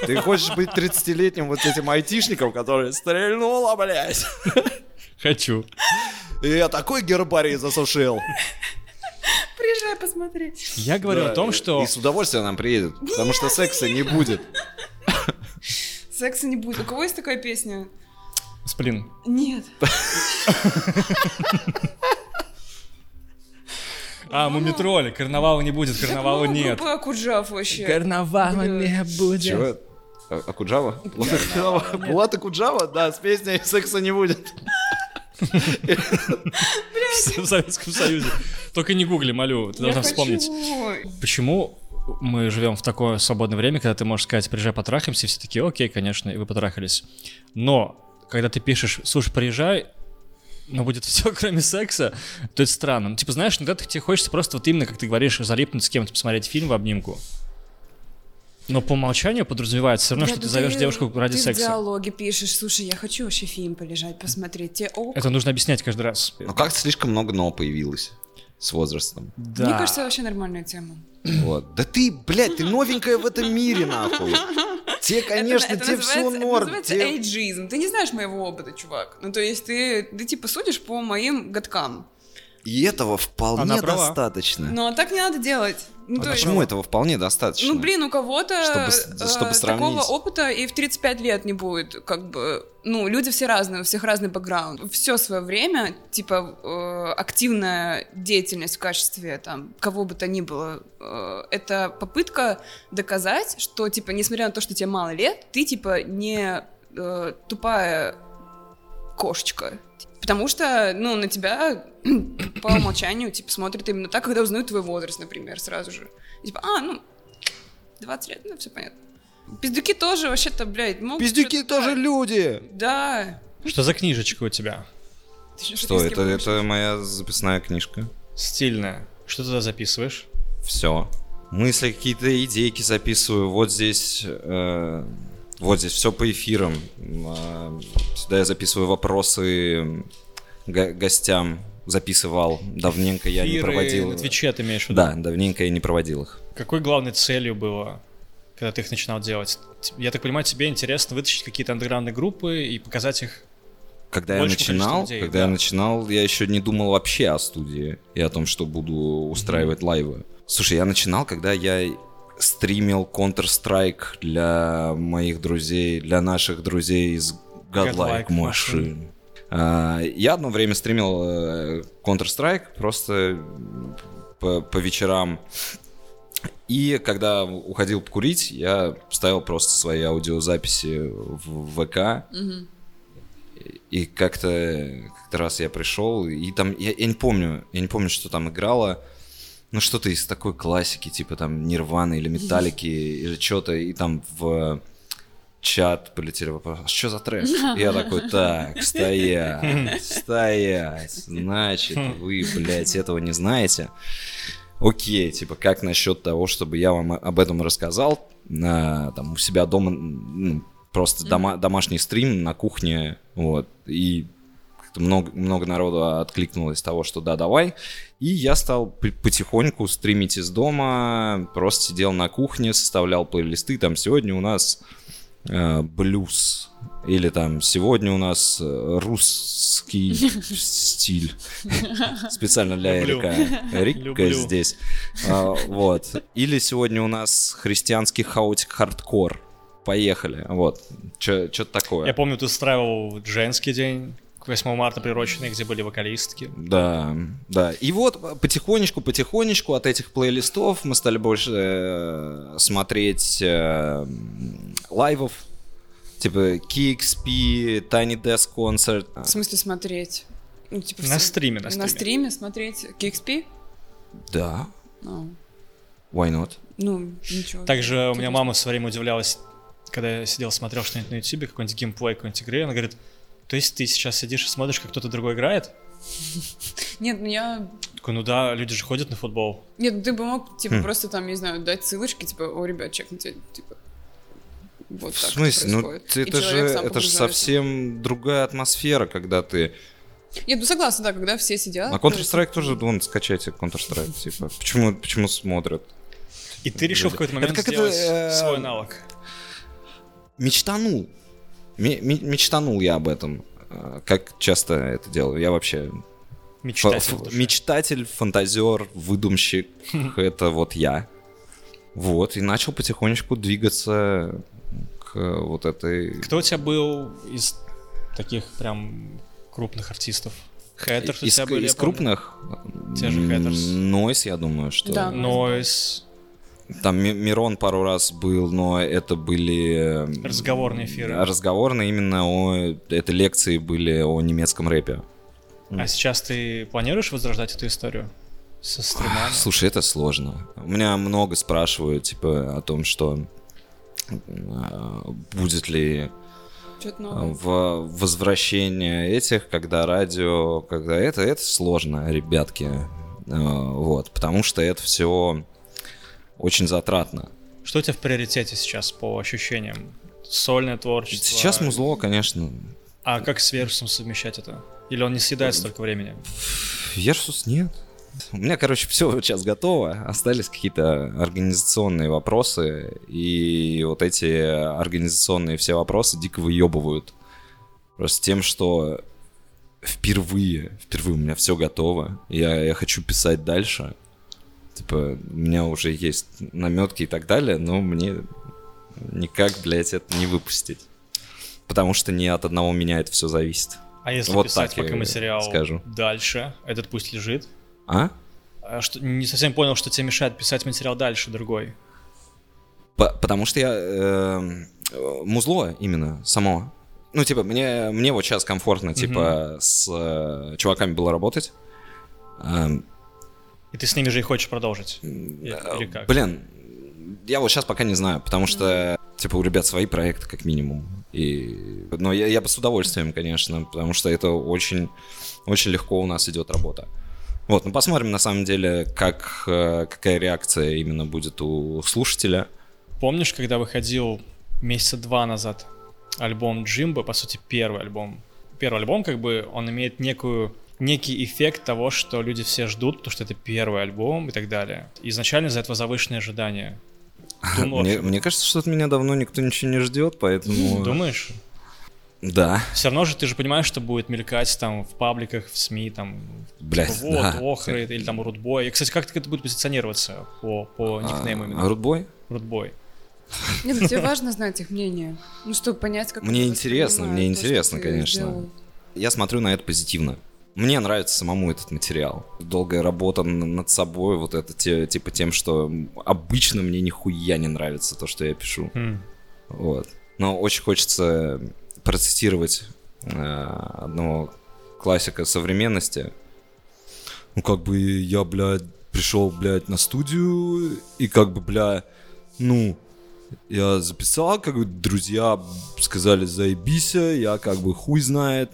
[SPEAKER 3] Ты хочешь быть 30-летним вот этим айтишником, который стрельнула, блядь.
[SPEAKER 5] Хочу.
[SPEAKER 3] И я такой гербарий засушил.
[SPEAKER 4] Приезжай посмотреть.
[SPEAKER 5] Я говорю о
[SPEAKER 3] Да,
[SPEAKER 5] том,
[SPEAKER 3] и-
[SPEAKER 5] что...
[SPEAKER 3] И с удовольствием нам приедет, потому что секса не будет.
[SPEAKER 4] Секса не будет. У кого есть такая песня?
[SPEAKER 5] Сплин.
[SPEAKER 4] Нет.
[SPEAKER 5] А, мумитроли. Карнавала не будет, карнавала
[SPEAKER 4] Какого
[SPEAKER 5] нет.
[SPEAKER 4] группы Акуджав вообще.
[SPEAKER 5] Карнавала
[SPEAKER 4] не
[SPEAKER 5] будет.
[SPEAKER 3] Чего? А- Акуджава? Булат Акуджава? Да, с песней «Секса не будет».
[SPEAKER 5] В Советском Союзе. Только не гугли, молю. Ты
[SPEAKER 4] Я
[SPEAKER 5] должна вспомнить. Ну
[SPEAKER 4] хочу.
[SPEAKER 5] Почему мы живем в такое свободное время, когда ты можешь сказать, приезжай, потрахаемся, и все такие, окей, конечно, и вы потрахались. Но, когда ты пишешь, слушай, приезжай, но будет все, кроме секса, то это странно. Ну, типа, знаешь, иногда ты- тебе хочется просто вот именно, как ты говоришь, залипнуть с кем-то, посмотреть фильм в обнимку. Но по умолчанию подразумевается все равно,
[SPEAKER 4] Да,
[SPEAKER 5] что
[SPEAKER 4] да
[SPEAKER 5] ты зовешь девушку ради
[SPEAKER 4] ты в
[SPEAKER 5] секса.
[SPEAKER 4] диалоге пишешь, слушай, я хочу вообще фильм полежать, посмотреть. Тебе ок?
[SPEAKER 5] Это нужно объяснять каждый раз.
[SPEAKER 3] Ну как-то слишком много «но» появилось с возрастом.
[SPEAKER 5] Да.
[SPEAKER 4] Мне кажется, вообще нормальная тема.
[SPEAKER 3] Вот. Да ты, блядь, ты новенькая в этом мире, нахуй. Тебе, конечно,
[SPEAKER 4] это
[SPEAKER 3] тебе
[SPEAKER 4] называется-
[SPEAKER 3] все
[SPEAKER 4] это
[SPEAKER 3] норм.
[SPEAKER 4] называется
[SPEAKER 3] тебе-
[SPEAKER 4] эйджизм. Ты не знаешь моего опыта, чувак. Ну, то есть ты, ты типа судишь по моим годкам.
[SPEAKER 3] И этого вполне
[SPEAKER 5] Она права.
[SPEAKER 3] достаточно.
[SPEAKER 4] Но так не надо делать. Ну,
[SPEAKER 3] А
[SPEAKER 4] то есть-
[SPEAKER 3] почему этого вполне достаточно?
[SPEAKER 4] Ну, блин, у кого-то
[SPEAKER 3] Чтобы с-
[SPEAKER 4] э,
[SPEAKER 3] чтобы
[SPEAKER 4] такого
[SPEAKER 3] сравнить.
[SPEAKER 4] опыта и в 35 лет не будет, как бы, ну, люди все разные, у всех разный бэкграунд. Все свое время, типа, э, активная деятельность в качестве, там, кого бы то ни было, э, это попытка доказать, что, типа, несмотря на то, что тебе мало лет, ты, типа, не э, тупая кошечка. Потому что, ну, на тебя по умолчанию, типа, смотрят именно так, когда узнают твой возраст, например, сразу же. И типа, а, ну, 20 лет, ну, все понятно. Пиздюки тоже вообще-то, блядь, могут...
[SPEAKER 3] Пиздюки
[SPEAKER 4] ну, что-то-
[SPEAKER 3] тоже люди!
[SPEAKER 4] Да.
[SPEAKER 3] А
[SPEAKER 5] Что за книжечка у тебя?
[SPEAKER 4] Ты чё,
[SPEAKER 3] Что,
[SPEAKER 4] ты с кем
[SPEAKER 3] это,
[SPEAKER 4] будешь?
[SPEAKER 3] это моя записная книжка.
[SPEAKER 5] Стильная. Что ты туда записываешь?
[SPEAKER 3] Все. Мысли, какие-то идейки записываю. Вот здесь... э, вот здесь все по эфирам. А, Сюда я записываю вопросы го- гостям. Записывал. Давненько я не
[SPEAKER 5] Эфиры
[SPEAKER 3] проводил. э,
[SPEAKER 5] На Твиче ты имеешь в виду?
[SPEAKER 3] Да, давненько я не проводил их.
[SPEAKER 5] Какой главной целью было, когда ты их начинал делать? Т- Я так понимаю, тебе интересно вытащить какие-то андеграундные группы и показать их.
[SPEAKER 3] Когда
[SPEAKER 5] Больше
[SPEAKER 3] я начинал,
[SPEAKER 5] количество людей,
[SPEAKER 3] когда
[SPEAKER 5] да.
[SPEAKER 3] я начинал, я еще не думал вообще о студии и о том, что буду устраивать лайвы. Слушай, я начинал, когда я стримил Counter-Strike для моих друзей, для наших друзей из Godlike
[SPEAKER 5] Godlike Machine.
[SPEAKER 3] машин. А, Я одно время стримил э, Counter-Strike просто по, по вечерам. И когда уходил покурить, я ставил просто свои аудиозаписи в ВК.
[SPEAKER 4] Мгм.
[SPEAKER 3] И как-то как раз я пришел, и там, я, я не помню, я не помню, что там играло, ну что-то из такой классики, типа там Нирваны или Металлики или что-то, и там в чат полетели вопросы, что за трэш? И я такой, так, стоять, стоять, значит, вы, блядь, этого не знаете. Окей, типа, как насчет того, чтобы я вам об этом рассказал, на, там, у себя дома, ну, просто дома- домашний стрим на кухне, вот, и как-то много, много народу откликнулось того, что да, давай. И я стал п- потихоньку стримить из дома, просто сидел на кухне, составлял плейлисты, там, сегодня у нас э, блюз, или там, сегодня у нас э, русский стиль, специально для
[SPEAKER 5] Люблю.
[SPEAKER 3] Эрика. Эрика
[SPEAKER 5] Люблю.
[SPEAKER 3] здесь. А, Вот. Или сегодня у нас христианский хаотик хардкор. Поехали. Вот. Что-то такое.
[SPEAKER 5] Я помню, ты устраивал женский день к 8 марта приуроченный, где были вокалистки.
[SPEAKER 3] Да, да. И вот э, потихонечку, потихонечку от этих плейлистов мы стали больше э, смотреть э, м, лайвов. Типа KXP, Tiny Desk Concert.
[SPEAKER 4] В смысле смотреть? Ну, типа, в
[SPEAKER 5] На
[SPEAKER 4] см-
[SPEAKER 5] стриме, на стриме.
[SPEAKER 4] на стриме смотреть KXP?
[SPEAKER 3] Да,
[SPEAKER 4] Ну,
[SPEAKER 3] why not?
[SPEAKER 4] ну, ничего.
[SPEAKER 5] Также у
[SPEAKER 4] Тут
[SPEAKER 5] меня
[SPEAKER 4] есть-
[SPEAKER 5] мама все время удивлялась, когда я сидел, смотрел что-нибудь на ютубе, какой-нибудь геймплей, какой-нибудь игры, она говорит, то есть ты сейчас сидишь и смотришь, как кто-то другой играет?
[SPEAKER 4] Нет, ну я...
[SPEAKER 5] Такой, ну да, люди же ходят на футбол.
[SPEAKER 4] Нет, ну ты бы мог, типа,
[SPEAKER 3] Хм.
[SPEAKER 4] просто там, не знаю, дать ссылочки, типа, о, ребят, чекните, типа... Вот
[SPEAKER 3] В
[SPEAKER 4] так
[SPEAKER 3] смысле? Ну,
[SPEAKER 4] происходит.
[SPEAKER 3] ты-
[SPEAKER 4] И
[SPEAKER 3] это же,
[SPEAKER 4] человек сам
[SPEAKER 3] это же
[SPEAKER 4] погружается.
[SPEAKER 3] совсем другая атмосфера, когда ты...
[SPEAKER 4] Нет, ну согласна, да, когда все сидят.
[SPEAKER 3] На Counter-Strike тоже, вон, скачайте Counter-Strike, типа. Почему, почему смотрят?
[SPEAKER 5] И ты решил в какой-то
[SPEAKER 3] Это
[SPEAKER 5] момент
[SPEAKER 3] как это,
[SPEAKER 5] сделать
[SPEAKER 3] э,
[SPEAKER 5] свой навык.
[SPEAKER 3] Мечтанул. Ме- ме- мечтанул я об этом. Э, Как часто это делаю. Я вообще фа-
[SPEAKER 5] Мечтатель.
[SPEAKER 3] ф-
[SPEAKER 5] в душе.
[SPEAKER 3] мечтатель, фантазер, выдумщик. Это вот я. Вот, и начал потихонечку двигаться к э, вот этой...
[SPEAKER 5] Кто у тебя был из таких прям крупных артистов? Хэттерс у
[SPEAKER 3] из,
[SPEAKER 5] тебя были?
[SPEAKER 3] из крупных?
[SPEAKER 5] Те же
[SPEAKER 3] М,
[SPEAKER 5] Хэттерс.
[SPEAKER 3] Нойс, я думаю, что...
[SPEAKER 4] Да.
[SPEAKER 5] Нойс,
[SPEAKER 3] Там Ми- Мирон пару раз был, но это были... э,
[SPEAKER 5] разговорные эфиры.
[SPEAKER 3] Да, разговорные именно о... Это лекции были о немецком рэпе.
[SPEAKER 5] А сейчас ты планируешь возрождать эту историю? Со стримами?
[SPEAKER 3] Слушай, это сложно. У меня много спрашивают, типа, о том, что э, будет ли
[SPEAKER 4] Что-то
[SPEAKER 3] э,
[SPEAKER 4] новое.
[SPEAKER 3] в возвращение этих, когда радио, когда это, это сложно, ребятки. Э, Вот, потому что это все очень затратно.
[SPEAKER 5] Что у тебя в приоритете сейчас по ощущениям? Сольное творчество?
[SPEAKER 3] Сейчас музло, конечно,
[SPEAKER 5] А как с Версусом совмещать это? Или он не
[SPEAKER 3] Э,
[SPEAKER 5] съедает столько времени?
[SPEAKER 3] Версус нет. У меня, короче, все сейчас готово. Остались какие-то организационные вопросы. И вот эти организационные все вопросы дико выебывают. Просто тем, что впервые, впервые у меня все готово. Я, я хочу писать дальше. Типа, у меня уже есть наметки и так далее, но мне никак, блядь, это не выпустить. Потому что не от одного меня это все зависит.
[SPEAKER 5] А если
[SPEAKER 3] Вот
[SPEAKER 5] писать
[SPEAKER 3] так я
[SPEAKER 5] пока материал
[SPEAKER 3] скажу.
[SPEAKER 5] дальше, этот пусть лежит?
[SPEAKER 3] А?
[SPEAKER 5] А что- не совсем понял, что тебе мешает писать материал дальше другой.
[SPEAKER 3] По- потому что я... эм, э, музло именно само. Ну, типа, мне, мне вот сейчас комфортно, типа, с э, чуваками было работать. Эм,
[SPEAKER 1] И ты с ними же и хочешь продолжить.
[SPEAKER 3] э,
[SPEAKER 1] Или как?
[SPEAKER 3] Блин, я вот сейчас пока не знаю, потому что, типа, у ребят свои проекты, как минимум. И... Но я, я бы с удовольствием, конечно, потому что это очень, очень легко у нас идет работа. Вот, ну посмотрим, на самом деле, как, э, какая реакция именно будет у слушателя.
[SPEAKER 5] Помнишь, когда выходил месяца два назад альбом Джимбо, по сути, первый альбом. Первый альбом, как бы, он имеет некую некий эффект того, что люди все ждут, потому что это первый альбом и так далее. Изначально из-за этого завышенные ожидания. Думал,
[SPEAKER 3] Мне, мне кажется, что от меня давно никто ничего не ждет, поэтому...
[SPEAKER 5] Думаешь?
[SPEAKER 3] Да.
[SPEAKER 5] Все равно же ты же понимаешь, что будет мелькать там в пабликах, в СМИ, там,
[SPEAKER 3] Блядь,
[SPEAKER 5] типа, вот,
[SPEAKER 3] да.
[SPEAKER 5] Охры или там Рудбой. И, кстати, как это будет позиционироваться по, по никнейму именно?
[SPEAKER 3] А, Рудбой?
[SPEAKER 5] Рудбой.
[SPEAKER 4] Нет, ну тебе важно знать их мнение. Ну, чтобы понять, как...
[SPEAKER 3] Мне
[SPEAKER 4] они
[SPEAKER 3] интересно, мне
[SPEAKER 4] воспринимают то, что
[SPEAKER 3] интересно,
[SPEAKER 4] ты
[SPEAKER 3] конечно.
[SPEAKER 4] сделал.
[SPEAKER 3] Я смотрю на это позитивно. Мне нравится самому этот материал. Долгая работа н- над собой, вот это те- типа тем, что обычно мне нихуя не нравится то, что я пишу.
[SPEAKER 5] Хм.
[SPEAKER 3] Вот. Но очень хочется процитировать э, одного классика современности. Ну, как бы я, блядь, пришел, блядь, на студию, и как бы, бля, ну, я записал, как бы друзья сказали, заебися, я как бы хуй знает.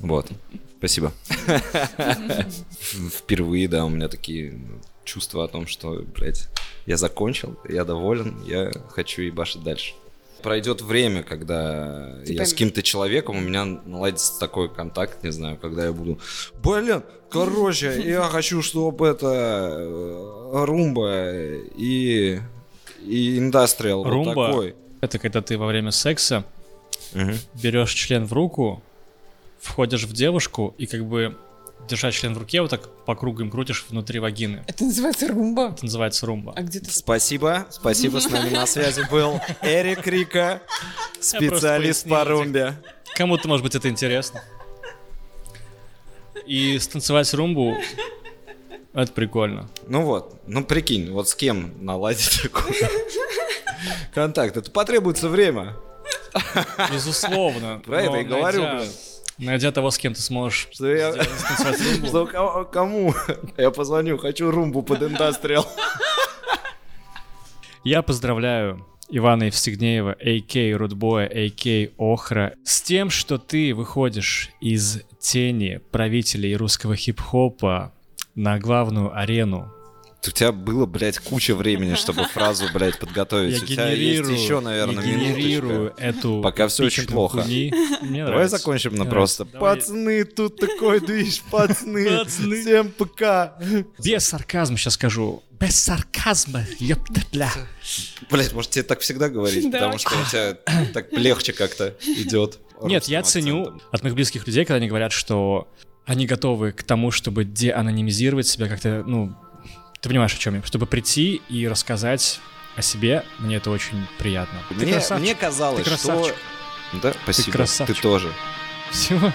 [SPEAKER 3] Вот. Спасибо. Впервые, да, у меня такие чувства о том, что, блядь, я закончил, я доволен, я хочу ебашить дальше. Пройдет время, когда я
[SPEAKER 4] Типа-
[SPEAKER 3] с каким-то человеком, у меня наладится такой контакт, не знаю, когда я буду, блин, короче, я хочу, чтобы это э, румба и и индастриал вот
[SPEAKER 5] Румба?
[SPEAKER 3] такой.
[SPEAKER 5] Это когда ты во время секса
[SPEAKER 3] Мгм.
[SPEAKER 5] берешь член в руку, входишь в девушку и как бы держа член в руке, вот так по кругу им крутишь внутри вагины.
[SPEAKER 4] Это называется румба.
[SPEAKER 5] Это называется румба.
[SPEAKER 4] А где ты...
[SPEAKER 3] Спасибо, спасибо, с нами на связи был Эрик Рика, специалист по
[SPEAKER 5] пояснил,
[SPEAKER 3] румбе.
[SPEAKER 5] Кому-то, может быть, это интересно. И станцевать румбу это прикольно.
[SPEAKER 3] Ну вот, ну прикинь, вот с кем наладить такой контакт? Это потребуется время.
[SPEAKER 5] Безусловно.
[SPEAKER 3] Про это
[SPEAKER 5] но
[SPEAKER 3] и говорю,
[SPEAKER 5] найдя-
[SPEAKER 3] блин.
[SPEAKER 5] Найдя того, с кем ты сможешь
[SPEAKER 3] Что я-
[SPEAKER 5] сделать- станцевать румбу.
[SPEAKER 3] Что ко- кому? Я позвоню, хочу румбу под индастриал.
[SPEAKER 5] Я поздравляю Ивана Евстигнеева, а.к. Рудбоя, а.к. Охра, с тем, что ты выходишь из тени правителей русского хип-хопа на главную арену.
[SPEAKER 3] У тебя было, блядь, куча времени, чтобы фразу, блядь, подготовить. У тебя есть еще, наверное,
[SPEAKER 5] я генерирую
[SPEAKER 3] минуточка.
[SPEAKER 5] эту
[SPEAKER 3] Пока всё очень
[SPEAKER 5] пичку
[SPEAKER 3] плохо.
[SPEAKER 5] хуйни. Мне
[SPEAKER 3] Давай
[SPEAKER 5] нравится.
[SPEAKER 3] закончим на
[SPEAKER 5] Мне
[SPEAKER 3] просто.
[SPEAKER 5] нравится. Давай.
[SPEAKER 3] Пацаны, тут такой движ, пацаны.
[SPEAKER 5] Пацаны.
[SPEAKER 3] Всем пока.
[SPEAKER 5] Без сарказма сейчас скажу. Без сарказма, ёптатля.
[SPEAKER 3] Блять, может тебе так всегда говорить,
[SPEAKER 4] Да.
[SPEAKER 3] потому что у тебя так легче как-то идет.
[SPEAKER 5] Нет, я
[SPEAKER 3] русским
[SPEAKER 5] ценю
[SPEAKER 3] акцентом.
[SPEAKER 5] от моих близких людей, когда они говорят, что они готовы к тому, чтобы деанонимизировать себя как-то, ну, ты понимаешь, о чем я, чтобы прийти и рассказать о себе, мне это очень приятно. Ты
[SPEAKER 3] Мне,
[SPEAKER 5] красавчик.
[SPEAKER 3] мне казалось,
[SPEAKER 5] Ты
[SPEAKER 3] что...
[SPEAKER 5] красавчик.
[SPEAKER 3] Да, спасибо. Ты
[SPEAKER 5] красавчик.
[SPEAKER 3] тоже.
[SPEAKER 5] Всего.